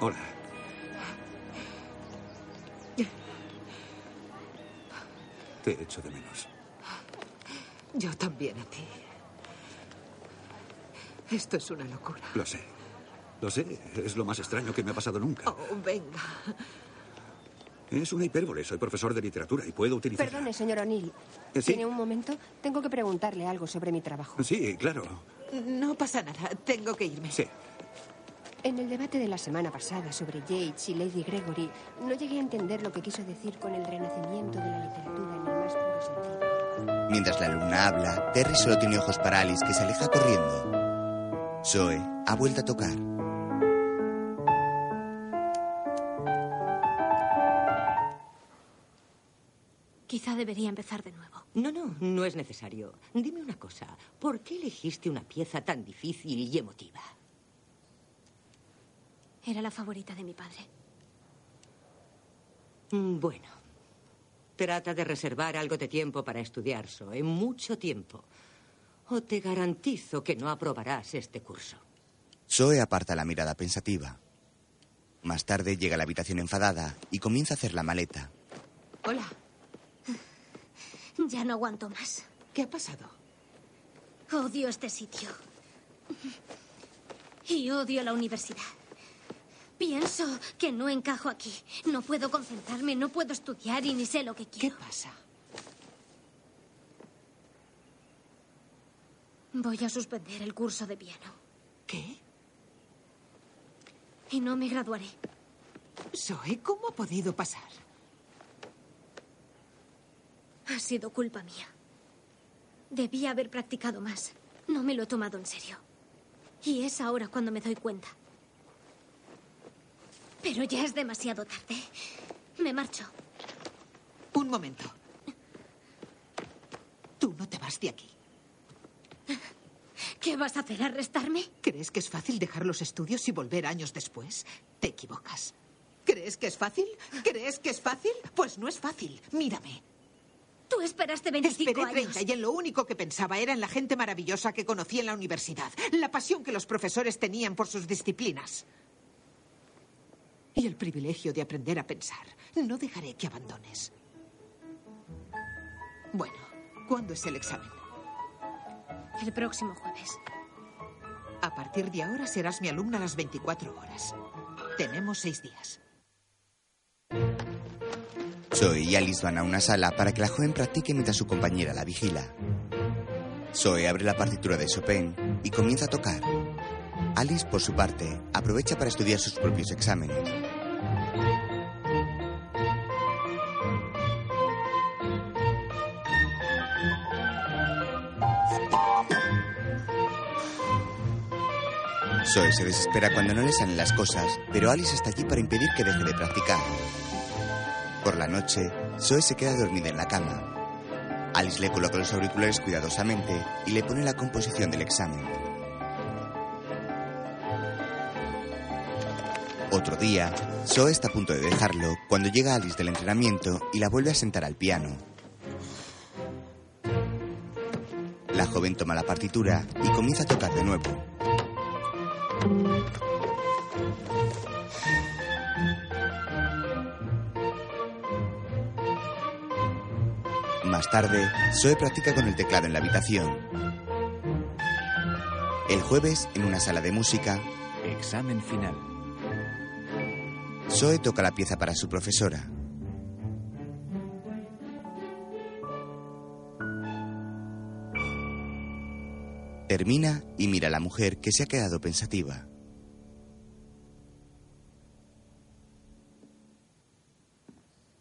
[SPEAKER 2] Hola, te echo de menos.
[SPEAKER 5] Yo también a ti. Esto es una locura.
[SPEAKER 2] Lo sé. Lo sé, es lo más extraño que me ha pasado nunca.
[SPEAKER 5] Oh, venga.
[SPEAKER 2] Es una hipérbole, soy profesor de literatura y puedo utilizar...
[SPEAKER 7] Perdone, señor O'Neill.
[SPEAKER 2] Eh, sí.
[SPEAKER 7] ¿Tiene un momento? Tengo que preguntarle algo sobre mi trabajo.
[SPEAKER 2] Sí, claro.
[SPEAKER 5] No pasa nada, tengo que irme.
[SPEAKER 2] Sí.
[SPEAKER 7] En el debate de la semana pasada sobre Yates y Lady Gregory, no llegué a entender lo que quiso decir con el renacimiento de la literatura en el más puro sentido.
[SPEAKER 1] Mientras la alumna habla, Terry solo tiene ojos para Alice que se aleja corriendo. Zoe ha vuelto a tocar.
[SPEAKER 3] Quizá debería empezar de nuevo.
[SPEAKER 6] No, no, no es necesario. Dime una cosa, ¿por qué elegiste una pieza tan difícil y emotiva?
[SPEAKER 3] Era la favorita de mi padre.
[SPEAKER 6] Mm, Bueno, trata de reservar algo de tiempo para estudiar, Zoe, mucho tiempo. O te garantizo que no aprobarás este curso.
[SPEAKER 1] Zoe aparta la mirada pensativa. Más tarde llega a la habitación enfadada y comienza a hacer la maleta.
[SPEAKER 3] Hola. Ya no aguanto más.
[SPEAKER 5] ¿Qué ha pasado?
[SPEAKER 3] Odio este sitio. Y odio la universidad. Pienso que no encajo aquí. No puedo concentrarme, no puedo estudiar y ni sé lo que quiero.
[SPEAKER 5] ¿Qué pasa?
[SPEAKER 3] Voy a suspender el curso de piano.
[SPEAKER 5] ¿Qué?
[SPEAKER 3] Y no me graduaré.
[SPEAKER 5] Zoe, ¿cómo ha podido pasar?
[SPEAKER 3] Ha sido culpa mía. Debía haber practicado más. No me lo he tomado en serio. Y es ahora cuando me doy cuenta. Pero ya es demasiado tarde. Me marcho.
[SPEAKER 5] Un momento. Tú no te vas de aquí.
[SPEAKER 3] ¿Qué vas a hacer? ¿Arrestarme?
[SPEAKER 5] ¿Crees que es fácil dejar los estudios y volver años después? Te equivocas. ¿Crees que es fácil? ¿Crees que es fácil? Pues no es fácil. Mírame.
[SPEAKER 3] Tú esperaste
[SPEAKER 5] 25 30 y en lo único que pensaba era en la gente maravillosa que conocí en la universidad, la pasión que los profesores tenían por sus disciplinas. Y el privilegio de aprender a pensar. No dejaré que abandones. Bueno, ¿cuándo es el examen?
[SPEAKER 3] El próximo jueves.
[SPEAKER 5] A partir de ahora serás mi alumna las 24 horas. Tenemos seis días.
[SPEAKER 1] Zoe y Alice van a una sala para que la joven practique mientras su compañera la vigila. Zoe abre la partitura de Chopin y comienza a tocar. Alice, por su parte, aprovecha para estudiar sus propios exámenes. Zoe se desespera cuando no le salen las cosas, pero Alice está allí para impedir que deje de practicar. Por la noche, Zoe se queda dormida en la cama. Alice le coloca los auriculares cuidadosamente y le pone la composición del examen. Otro día, Zoe está a punto de dejarlo cuando llega Alice del entrenamiento y la vuelve a sentar al piano. La joven toma la partitura y comienza a tocar de nuevo. Más tarde, Zoe practica con el teclado en la habitación. El jueves, en una sala de música,
[SPEAKER 14] Examen final.
[SPEAKER 1] Zoe toca la pieza para su profesora. Termina y mira a la mujer que se ha quedado pensativa.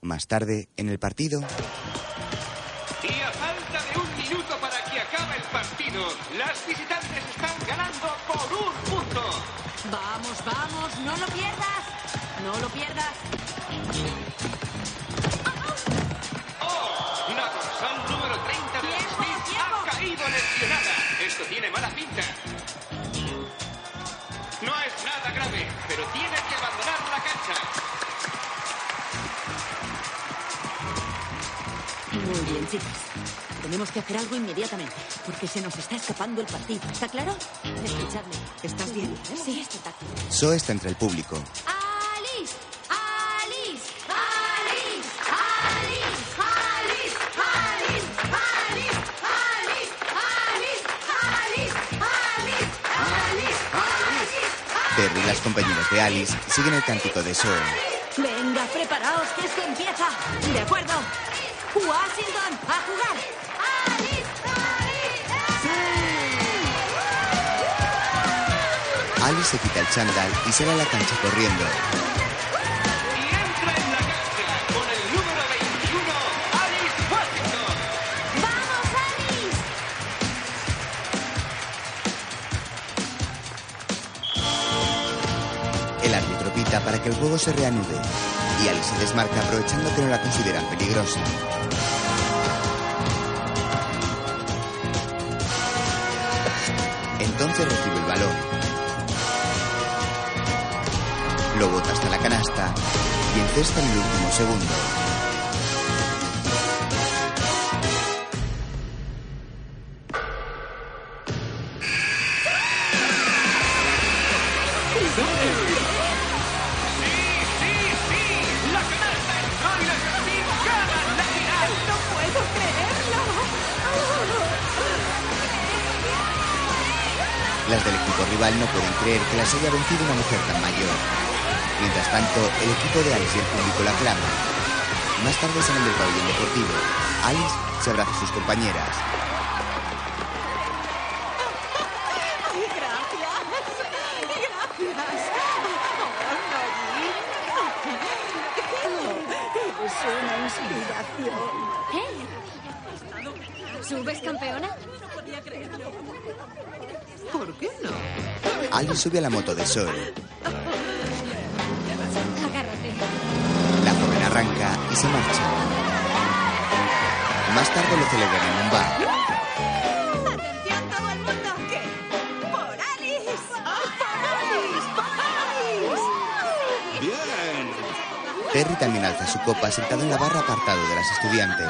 [SPEAKER 1] Más tarde, en el partido,
[SPEAKER 16] Y a falta de un minuto para que acabe el partido, las visitantes están ganando por un punto.
[SPEAKER 4] Vamos, vamos, no lo pierdas. No lo pierdas.
[SPEAKER 16] La dorsal número 30 de los Smiths ha caído lesionada. Esto tiene mala pinta. No es nada grave, pero tiene que abandonar la cancha.
[SPEAKER 4] Muy bien, chicas. Tenemos que hacer algo inmediatamente, porque se nos está escapando el partido. ¿Está claro? Escuchadme. ¿Estás bien? Sí, está
[SPEAKER 1] Zoe está entre el público.
[SPEAKER 4] ¡Alice! ¡Alice!
[SPEAKER 9] ¡Alice! ¡Alice! ¡Alice! ¡Alice! ¡Alice! ¡Alice! ¡Alice! ¡Alice! ¡Alice! ¡Alice!
[SPEAKER 1] Terry y las compañeras de Alice siguen el cántico de Zoe.
[SPEAKER 4] Venga, preparaos, que esto empieza. De acuerdo. Washington, a jugar.
[SPEAKER 1] Alice se quita el chándal y sale a la cancha corriendo. El árbitro pita para que el juego se reanude y Alice se desmarca aprovechando que no la consideran peligrosa. Entonces recibe el balón. Lo bota hasta la canasta y encesta en el último segundo.
[SPEAKER 16] ¡La canasta entró y los Smiths ganan la final! ¡No puedo creerlo!
[SPEAKER 1] Las del equipo rival no pueden creer que las haya vencido una mujer tan mayor. Mientras tanto, el equipo de Alice y el público la aclama. Más tarde salen del pabellón deportivo. Alice se abraza a sus compañeras.
[SPEAKER 9] ¡Ay, gracias! ¡Gracias!
[SPEAKER 15] Es una inspiración.
[SPEAKER 3] ¿Eh? ¿Subes campeona?
[SPEAKER 5] ¿Por qué no?
[SPEAKER 1] Alice sube a la moto de Zoe.
[SPEAKER 3] Agárrate.
[SPEAKER 1] La joven arranca y se marcha. Más tarde lo celebran en un bar.
[SPEAKER 9] ¡Atención todo el mundo! ¿Qué? ¡Por Alice! ¡Por Alice! ¡Por Alice!
[SPEAKER 1] Terry también alza su copa sentado en la barra apartado de las estudiantes.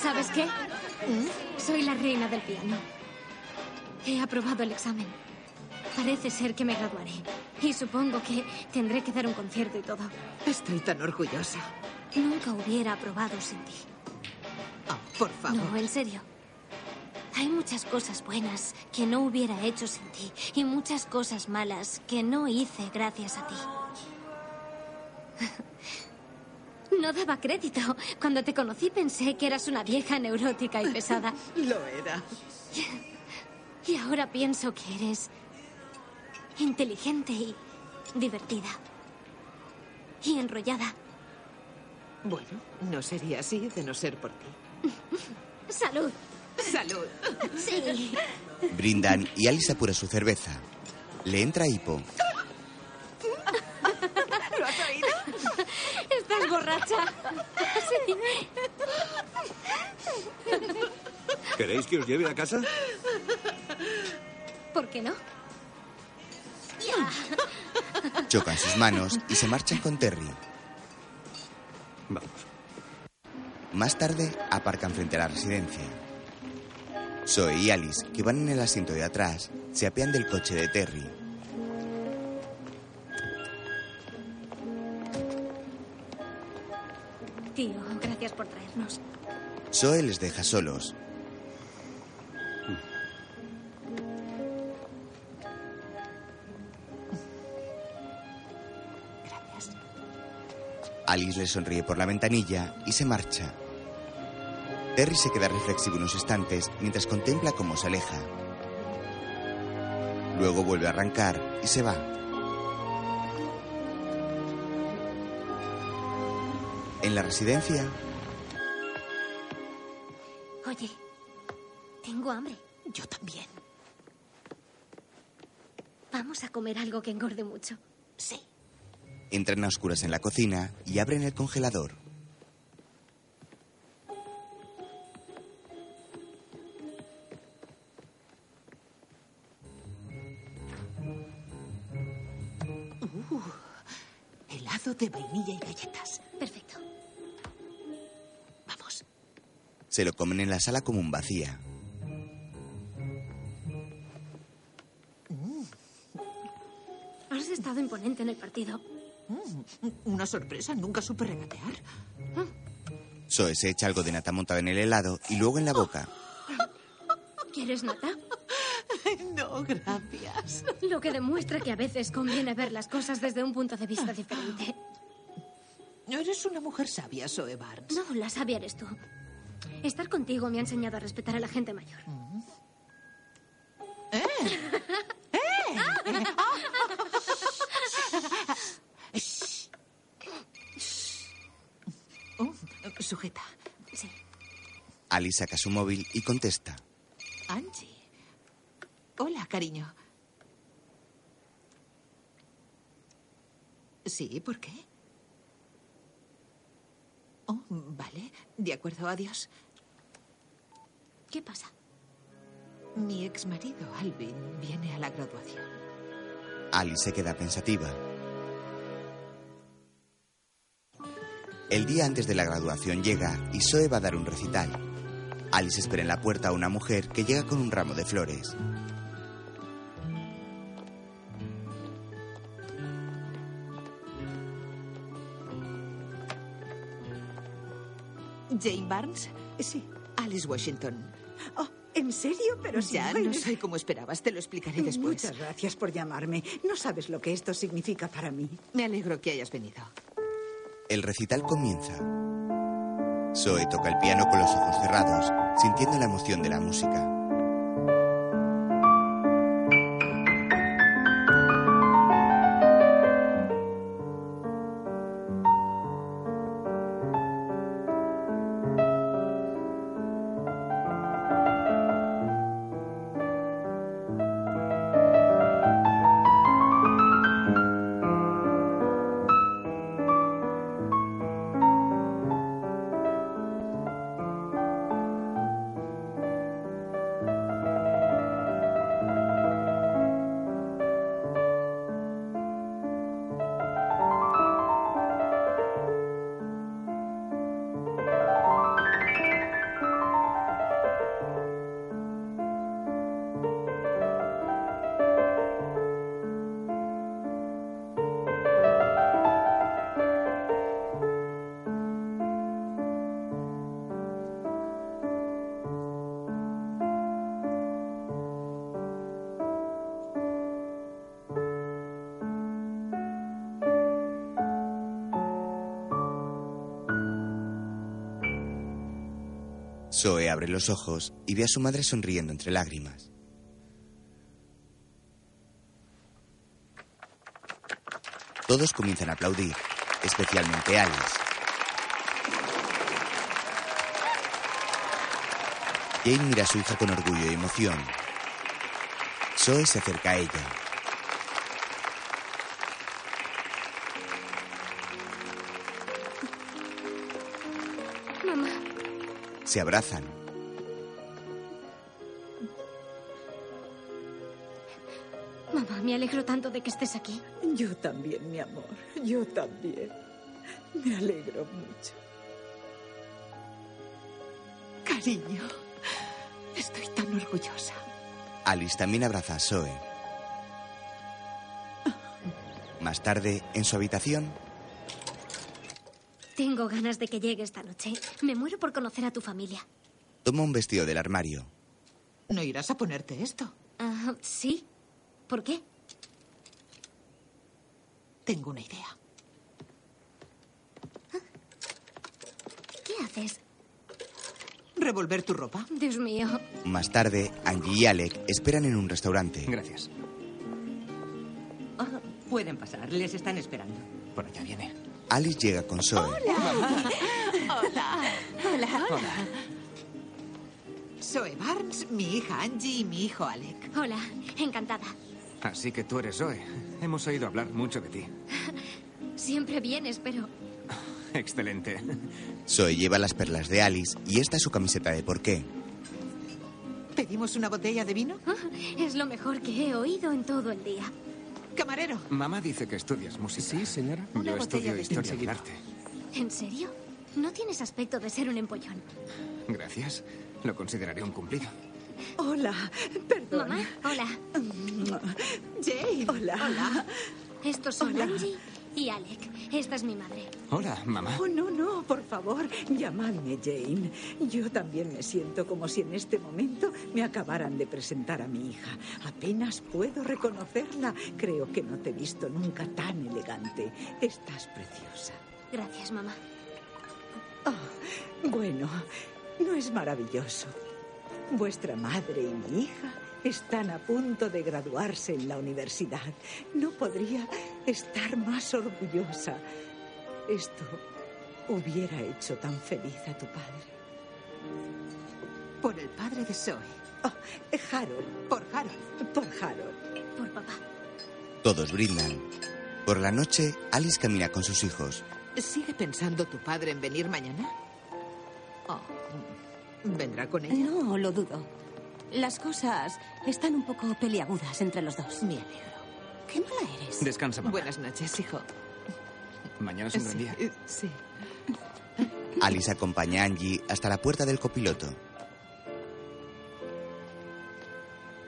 [SPEAKER 3] ¿Sabes qué? ¿Eh? Soy la reina del piano. He aprobado el examen. Parece ser que me graduaré. Y supongo que tendré que dar un concierto y todo.
[SPEAKER 5] Estoy tan orgullosa.
[SPEAKER 3] Nunca hubiera aprobado sin ti.
[SPEAKER 5] Ah, Por favor.
[SPEAKER 3] No, en serio. Hay muchas cosas buenas que no hubiera hecho sin ti y muchas cosas malas que [LAUGHS] no hice gracias a ti. No No daba crédito. Cuando te conocí pensé que eras una vieja neurótica y pesada.
[SPEAKER 5] Lo era.
[SPEAKER 3] Y ahora pienso que eres inteligente y divertida. Y enrollada.
[SPEAKER 5] Bueno, no sería así de no ser por ti.
[SPEAKER 3] Salud.
[SPEAKER 5] Salud.
[SPEAKER 3] Sí.
[SPEAKER 1] Brindan y Alice apura su cerveza. Le entra hipo.
[SPEAKER 9] [LAUGHS] ¿Lo has oído?
[SPEAKER 3] Estás borracha. Sí.
[SPEAKER 10] ¿Queréis que os lleve a casa?
[SPEAKER 3] ¿Por qué no?
[SPEAKER 1] Chocan sus manos y se marchan con Terry.
[SPEAKER 2] Vamos.
[SPEAKER 1] Más tarde, aparcan frente a la residencia. Zoe y Alice, que van en el asiento de atrás, se apean del coche de Terry.
[SPEAKER 3] Tío, gracias por traernos.
[SPEAKER 1] Zoe les deja solos. Alice le sonríe por la ventanilla y se marcha. Terry se queda reflexivo unos instantes mientras contempla cómo se aleja. Luego vuelve a arrancar y se va. En la residencia,
[SPEAKER 3] Oye, tengo hambre.
[SPEAKER 4] Yo también.
[SPEAKER 3] Vamos a comer algo que engorde mucho. Sí.
[SPEAKER 1] entran a oscuras en la cocina y abren el congelador.
[SPEAKER 4] Uh, helado de vainilla y galletas.
[SPEAKER 3] Perfecto.
[SPEAKER 4] Vamos.
[SPEAKER 1] Se lo comen en la sala común vacía.
[SPEAKER 4] Mm.
[SPEAKER 3] Has estado imponente en el partido.
[SPEAKER 4] Mm, Una sorpresa, nunca supe regatear.
[SPEAKER 1] Zoe se echa algo de nata montada en el helado y luego en la boca.
[SPEAKER 3] ¿Quieres nata?
[SPEAKER 4] No, gracias.
[SPEAKER 3] Lo que demuestra que a veces conviene ver las cosas desde un punto de vista diferente.
[SPEAKER 4] Eres una mujer sabia, Zoe Barnes.
[SPEAKER 3] No, la sabia eres tú. Estar contigo me ha enseñado a respetar a la gente mayor.
[SPEAKER 4] Mm. ¿Eh?
[SPEAKER 9] ¡Eh!
[SPEAKER 4] Oh, sujeta.
[SPEAKER 3] Sí.
[SPEAKER 1] Alice saca su móvil y contesta.
[SPEAKER 4] Angie. Hola, cariño. Sí, ¿por qué? Oh, vale. De acuerdo, adiós.
[SPEAKER 3] ¿Qué pasa?
[SPEAKER 4] Mi ex marido, Alvin, viene a la graduación.
[SPEAKER 1] Alice se queda pensativa. El día antes de la graduación llega y Zoe va a dar un recital. Alice espera en la puerta a una mujer que llega con un ramo de flores.
[SPEAKER 4] ¿Jane Barnes? Sí. Alice Washington.
[SPEAKER 15] Oh, ¿En serio? Pero si
[SPEAKER 4] ya
[SPEAKER 15] no
[SPEAKER 4] no,
[SPEAKER 15] eres-
[SPEAKER 4] soy como esperabas, te lo explicaré después.
[SPEAKER 15] Muchas gracias por llamarme. No sabes lo que esto significa para mí.
[SPEAKER 4] Me alegro que hayas venido.
[SPEAKER 1] El recital comienza. Zoe toca el piano con los ojos cerrados, sintiendo la emoción de la música. Zoe abre los ojos y ve a su madre sonriendo entre lágrimas. Todos comienzan a aplaudir, especialmente Alice. Jane mira a su hija con orgullo y emoción. Zoe se acerca a ella.
[SPEAKER 3] Mamá,
[SPEAKER 1] Se abrazan.
[SPEAKER 3] mamá, me alegro tanto de que estés aquí.
[SPEAKER 15] Yo también, mi amor. Yo también. Me alegro mucho.
[SPEAKER 5] Cariño, estoy tan orgullosa.
[SPEAKER 1] Alice también abraza a Zoe. Más tarde, en su habitación,
[SPEAKER 3] Tengo ganas de que llegue esta noche. Me muero por conocer a tu familia.
[SPEAKER 1] toma un vestido del armario.
[SPEAKER 5] ¿No irás a ponerte esto?
[SPEAKER 3] Ah, sí. ¿Por qué?
[SPEAKER 5] Tengo una idea.
[SPEAKER 3] ¿Qué haces?
[SPEAKER 5] ¿Revolver tu
[SPEAKER 4] Ah.
[SPEAKER 5] ropa?
[SPEAKER 3] Dios mío.
[SPEAKER 1] Más tarde, Angie y Alec esperan en un restaurante. Gracias.
[SPEAKER 6] Ah, pueden pasar, les están [LAUGHS] esperando.
[SPEAKER 1] Por allá viene. Alice llega con Zoe.
[SPEAKER 5] Hola. Hola. Hola. Zoe Barnes, mi hija Angie y mi hijo Alec.
[SPEAKER 3] Hola, encantada.
[SPEAKER 13] Así que tú eres Zoe. Hemos oído hablar mucho de ti.
[SPEAKER 3] Siempre vienes, pero
[SPEAKER 13] Excelente.
[SPEAKER 1] Zoe lleva las perlas de Alice y esta su camiseta de porqué.
[SPEAKER 5] ¿Pedimos una botella de vino?
[SPEAKER 3] Ah, es lo mejor que he oído en todo el día.
[SPEAKER 5] Camarero.
[SPEAKER 13] Mamá dice que estudias música. Sí, señora.
[SPEAKER 3] Una
[SPEAKER 13] Yo
[SPEAKER 3] botella
[SPEAKER 13] estudio
[SPEAKER 3] de
[SPEAKER 13] historia
[SPEAKER 3] vino.
[SPEAKER 13] del arte.
[SPEAKER 3] ¿En serio? No tienes aspecto de ser un empollón.
[SPEAKER 13] Gracias. Lo consideraré un cumplido.
[SPEAKER 15] Hola. Perdón.
[SPEAKER 3] Mamá, hola.
[SPEAKER 15] Jane. Hola.
[SPEAKER 3] Hola. Estos son
[SPEAKER 15] Hola.
[SPEAKER 3] Angie y Alec. Esta es mi madre.
[SPEAKER 13] Hola, mamá.
[SPEAKER 15] Oh, no, no, por favor, llamadme Jane. Yo también me siento como si en este momento me acabaran de presentar a mi hija. Apenas puedo reconocerla. Creo que no te he visto nunca tan elegante. Estás preciosa.
[SPEAKER 3] Gracias, mamá.
[SPEAKER 15] Oh, Bueno, ¿no es maravilloso? Vuestra madre y mi hija están a punto de graduarse en la universidad. No podría estar más orgullosa. Esto hubiera hecho tan feliz a tu padre.
[SPEAKER 5] Por el padre de Zoe.
[SPEAKER 15] Oh, Harold.
[SPEAKER 5] Por Harold.
[SPEAKER 15] Por Harold.
[SPEAKER 3] Por papá.
[SPEAKER 1] Todos brindan. Por la noche, Alice camina con sus hijos.
[SPEAKER 5] ¿Sigue pensando tu padre en venir mañana? Oh, ¿Vendrá con ella?
[SPEAKER 14] No, lo dudo. Las cosas están un poco peliagudas entre los dos.
[SPEAKER 5] Me alegro.
[SPEAKER 14] Qué mala eres.
[SPEAKER 13] Descansa, mamá.
[SPEAKER 5] Buenas noches, hijo.
[SPEAKER 13] Mañana es un gran
[SPEAKER 5] Sí,
[SPEAKER 13] día.
[SPEAKER 5] eh, Sí.
[SPEAKER 1] Alice acompaña a Angie hasta la puerta del copiloto.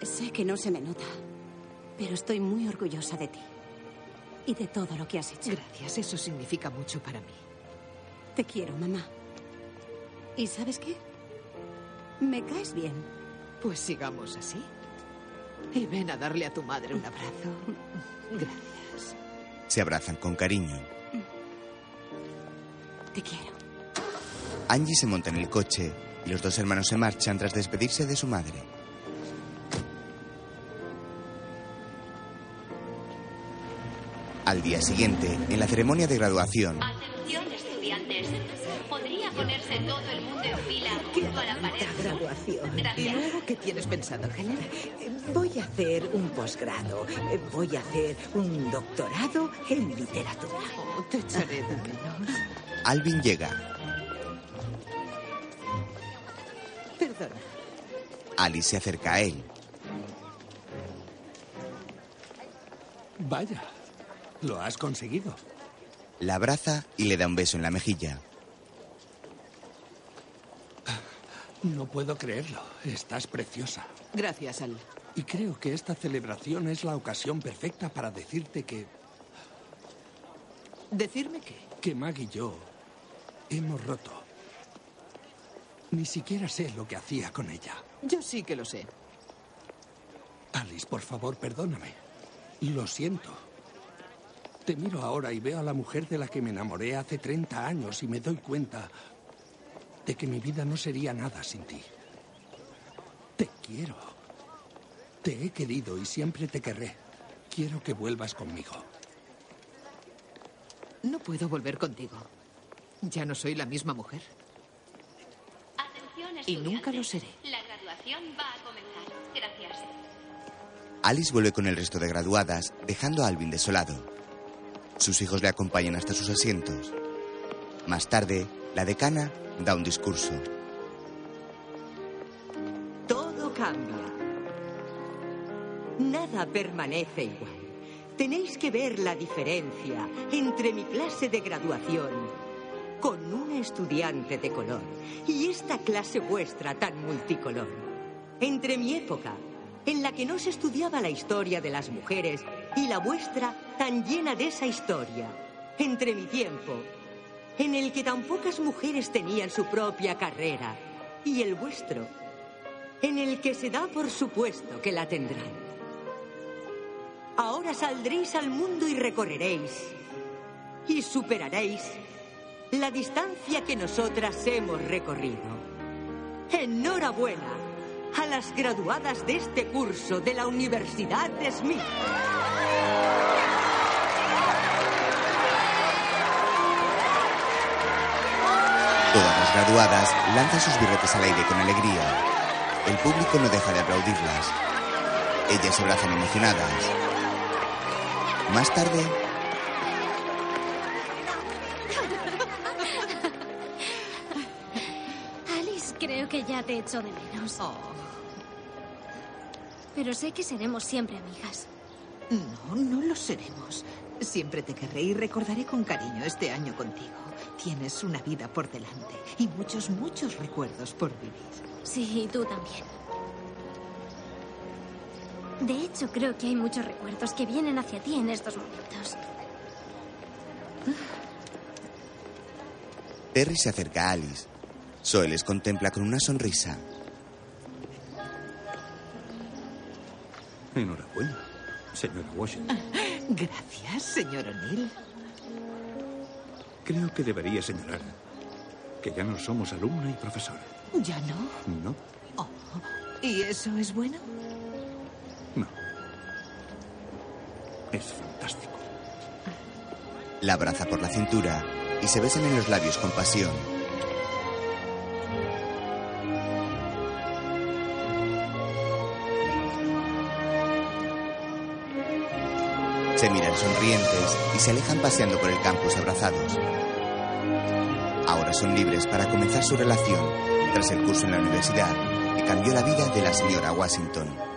[SPEAKER 14] Sé que no se me nota, pero estoy muy orgullosa de ti y de todo lo que has hecho.
[SPEAKER 5] Gracias, eso significa mucho para mí.
[SPEAKER 14] Te quiero, mamá. ¿Y sabes qué? Me caes bien.
[SPEAKER 5] Pues sigamos así. Y ven a darle a tu madre un abrazo. Gracias.
[SPEAKER 1] Se abrazan con cariño.
[SPEAKER 14] Te quiero.
[SPEAKER 1] Angie se monta en el coche y los dos hermanos se marchan tras despedirse de su madre. Al día siguiente, en la ceremonia de graduación,
[SPEAKER 9] Atención, estudiantes. Podría ponerse todo el mundo en fila junto a la pared.
[SPEAKER 15] Graduación.
[SPEAKER 9] Gracias.
[SPEAKER 15] ¿Y luego
[SPEAKER 5] qué tienes pensado, Helen?
[SPEAKER 15] Voy a hacer un posgrado. Eh, Voy a hacer un doctorado en literatura.
[SPEAKER 5] Oh, te echaré de menos.
[SPEAKER 1] Alvin llega.
[SPEAKER 5] Perdona.
[SPEAKER 1] Alice se acerca a él.
[SPEAKER 10] Vaya, lo has conseguido.
[SPEAKER 1] La abraza y le da un beso en la mejilla.
[SPEAKER 10] No puedo creerlo. Estás preciosa.
[SPEAKER 5] Gracias, Al.
[SPEAKER 10] Y creo que esta celebración es la ocasión perfecta para decirte que...
[SPEAKER 5] ¿Decirme qué?
[SPEAKER 10] Que Mag y yo hemos roto. Ni siquiera sé lo que hacía con ella.
[SPEAKER 5] Yo sí que lo sé.
[SPEAKER 10] Alice, por favor, perdóname. Lo siento. Te miro ahora y veo a la mujer de la que me enamoré hace 30 años y me doy cuenta de que mi vida no sería nada sin ti. Te quiero. Te he querido y siempre te querré. Quiero que vuelvas conmigo.
[SPEAKER 5] No puedo volver contigo. Ya no soy la misma mujer.
[SPEAKER 17] Atención,
[SPEAKER 5] Y nunca lo seré.
[SPEAKER 17] La graduación va a comenzar. Gracias.
[SPEAKER 1] Alice vuelve con el resto de graduadas, dejando a Alvin desolado. Sus hijos le acompañan hasta sus asientos. Más tarde, la decana da un discurso.
[SPEAKER 6] Todo cambia. Nada permanece igual. Tenéis que ver la diferencia entre mi clase de graduación con una estudiante de color y esta clase vuestra tan multicolor. Entre mi época, en la que no se estudiaba la historia de las mujeres, y la vuestra tan llena de esa historia. Entre mi tiempo, en el que tan pocas mujeres tenían su propia carrera, y el vuestro, en el que se da por supuesto que la tendrán. Ahora saldréis al mundo y recorreréis y superaréis la distancia que nosotras hemos recorrido. Enhorabuena a las graduadas de este curso de la Universidad de Smith.
[SPEAKER 1] Todas las graduadas lanzan sus birretes al aire con alegría. El público no deja de aplaudirlas. Ellas se abrazan emocionadas. Más tarde,
[SPEAKER 3] Alice, creo que ya te echo de menos. Pero sé que seremos siempre amigas.
[SPEAKER 5] No, no lo seremos. Siempre te querré y recordaré con cariño este año contigo. Tienes una vida por delante y muchos, muchos recuerdos por vivir.
[SPEAKER 3] Sí, y tú también. De hecho, creo que hay muchos recuerdos que vienen hacia ti en estos momentos.
[SPEAKER 1] Terry se acerca a Alice. Zoe les contempla con una sonrisa.
[SPEAKER 2] Enhorabuena, señora Washington.
[SPEAKER 5] Gracias, señor O'Neill.
[SPEAKER 2] Creo que debería señalar que ya no somos alumna y profesora.
[SPEAKER 5] ¿Ya no?
[SPEAKER 2] No,
[SPEAKER 5] ¿Y eso es bueno?
[SPEAKER 2] es fantástico.
[SPEAKER 1] La abraza por la cintura y se besan en los labios con pasión. Se miran sonrientes y se alejan paseando por el campus abrazados. Ahora son libres para comenzar su relación tras el curso en la universidad que cambió la vida de la señora Washington.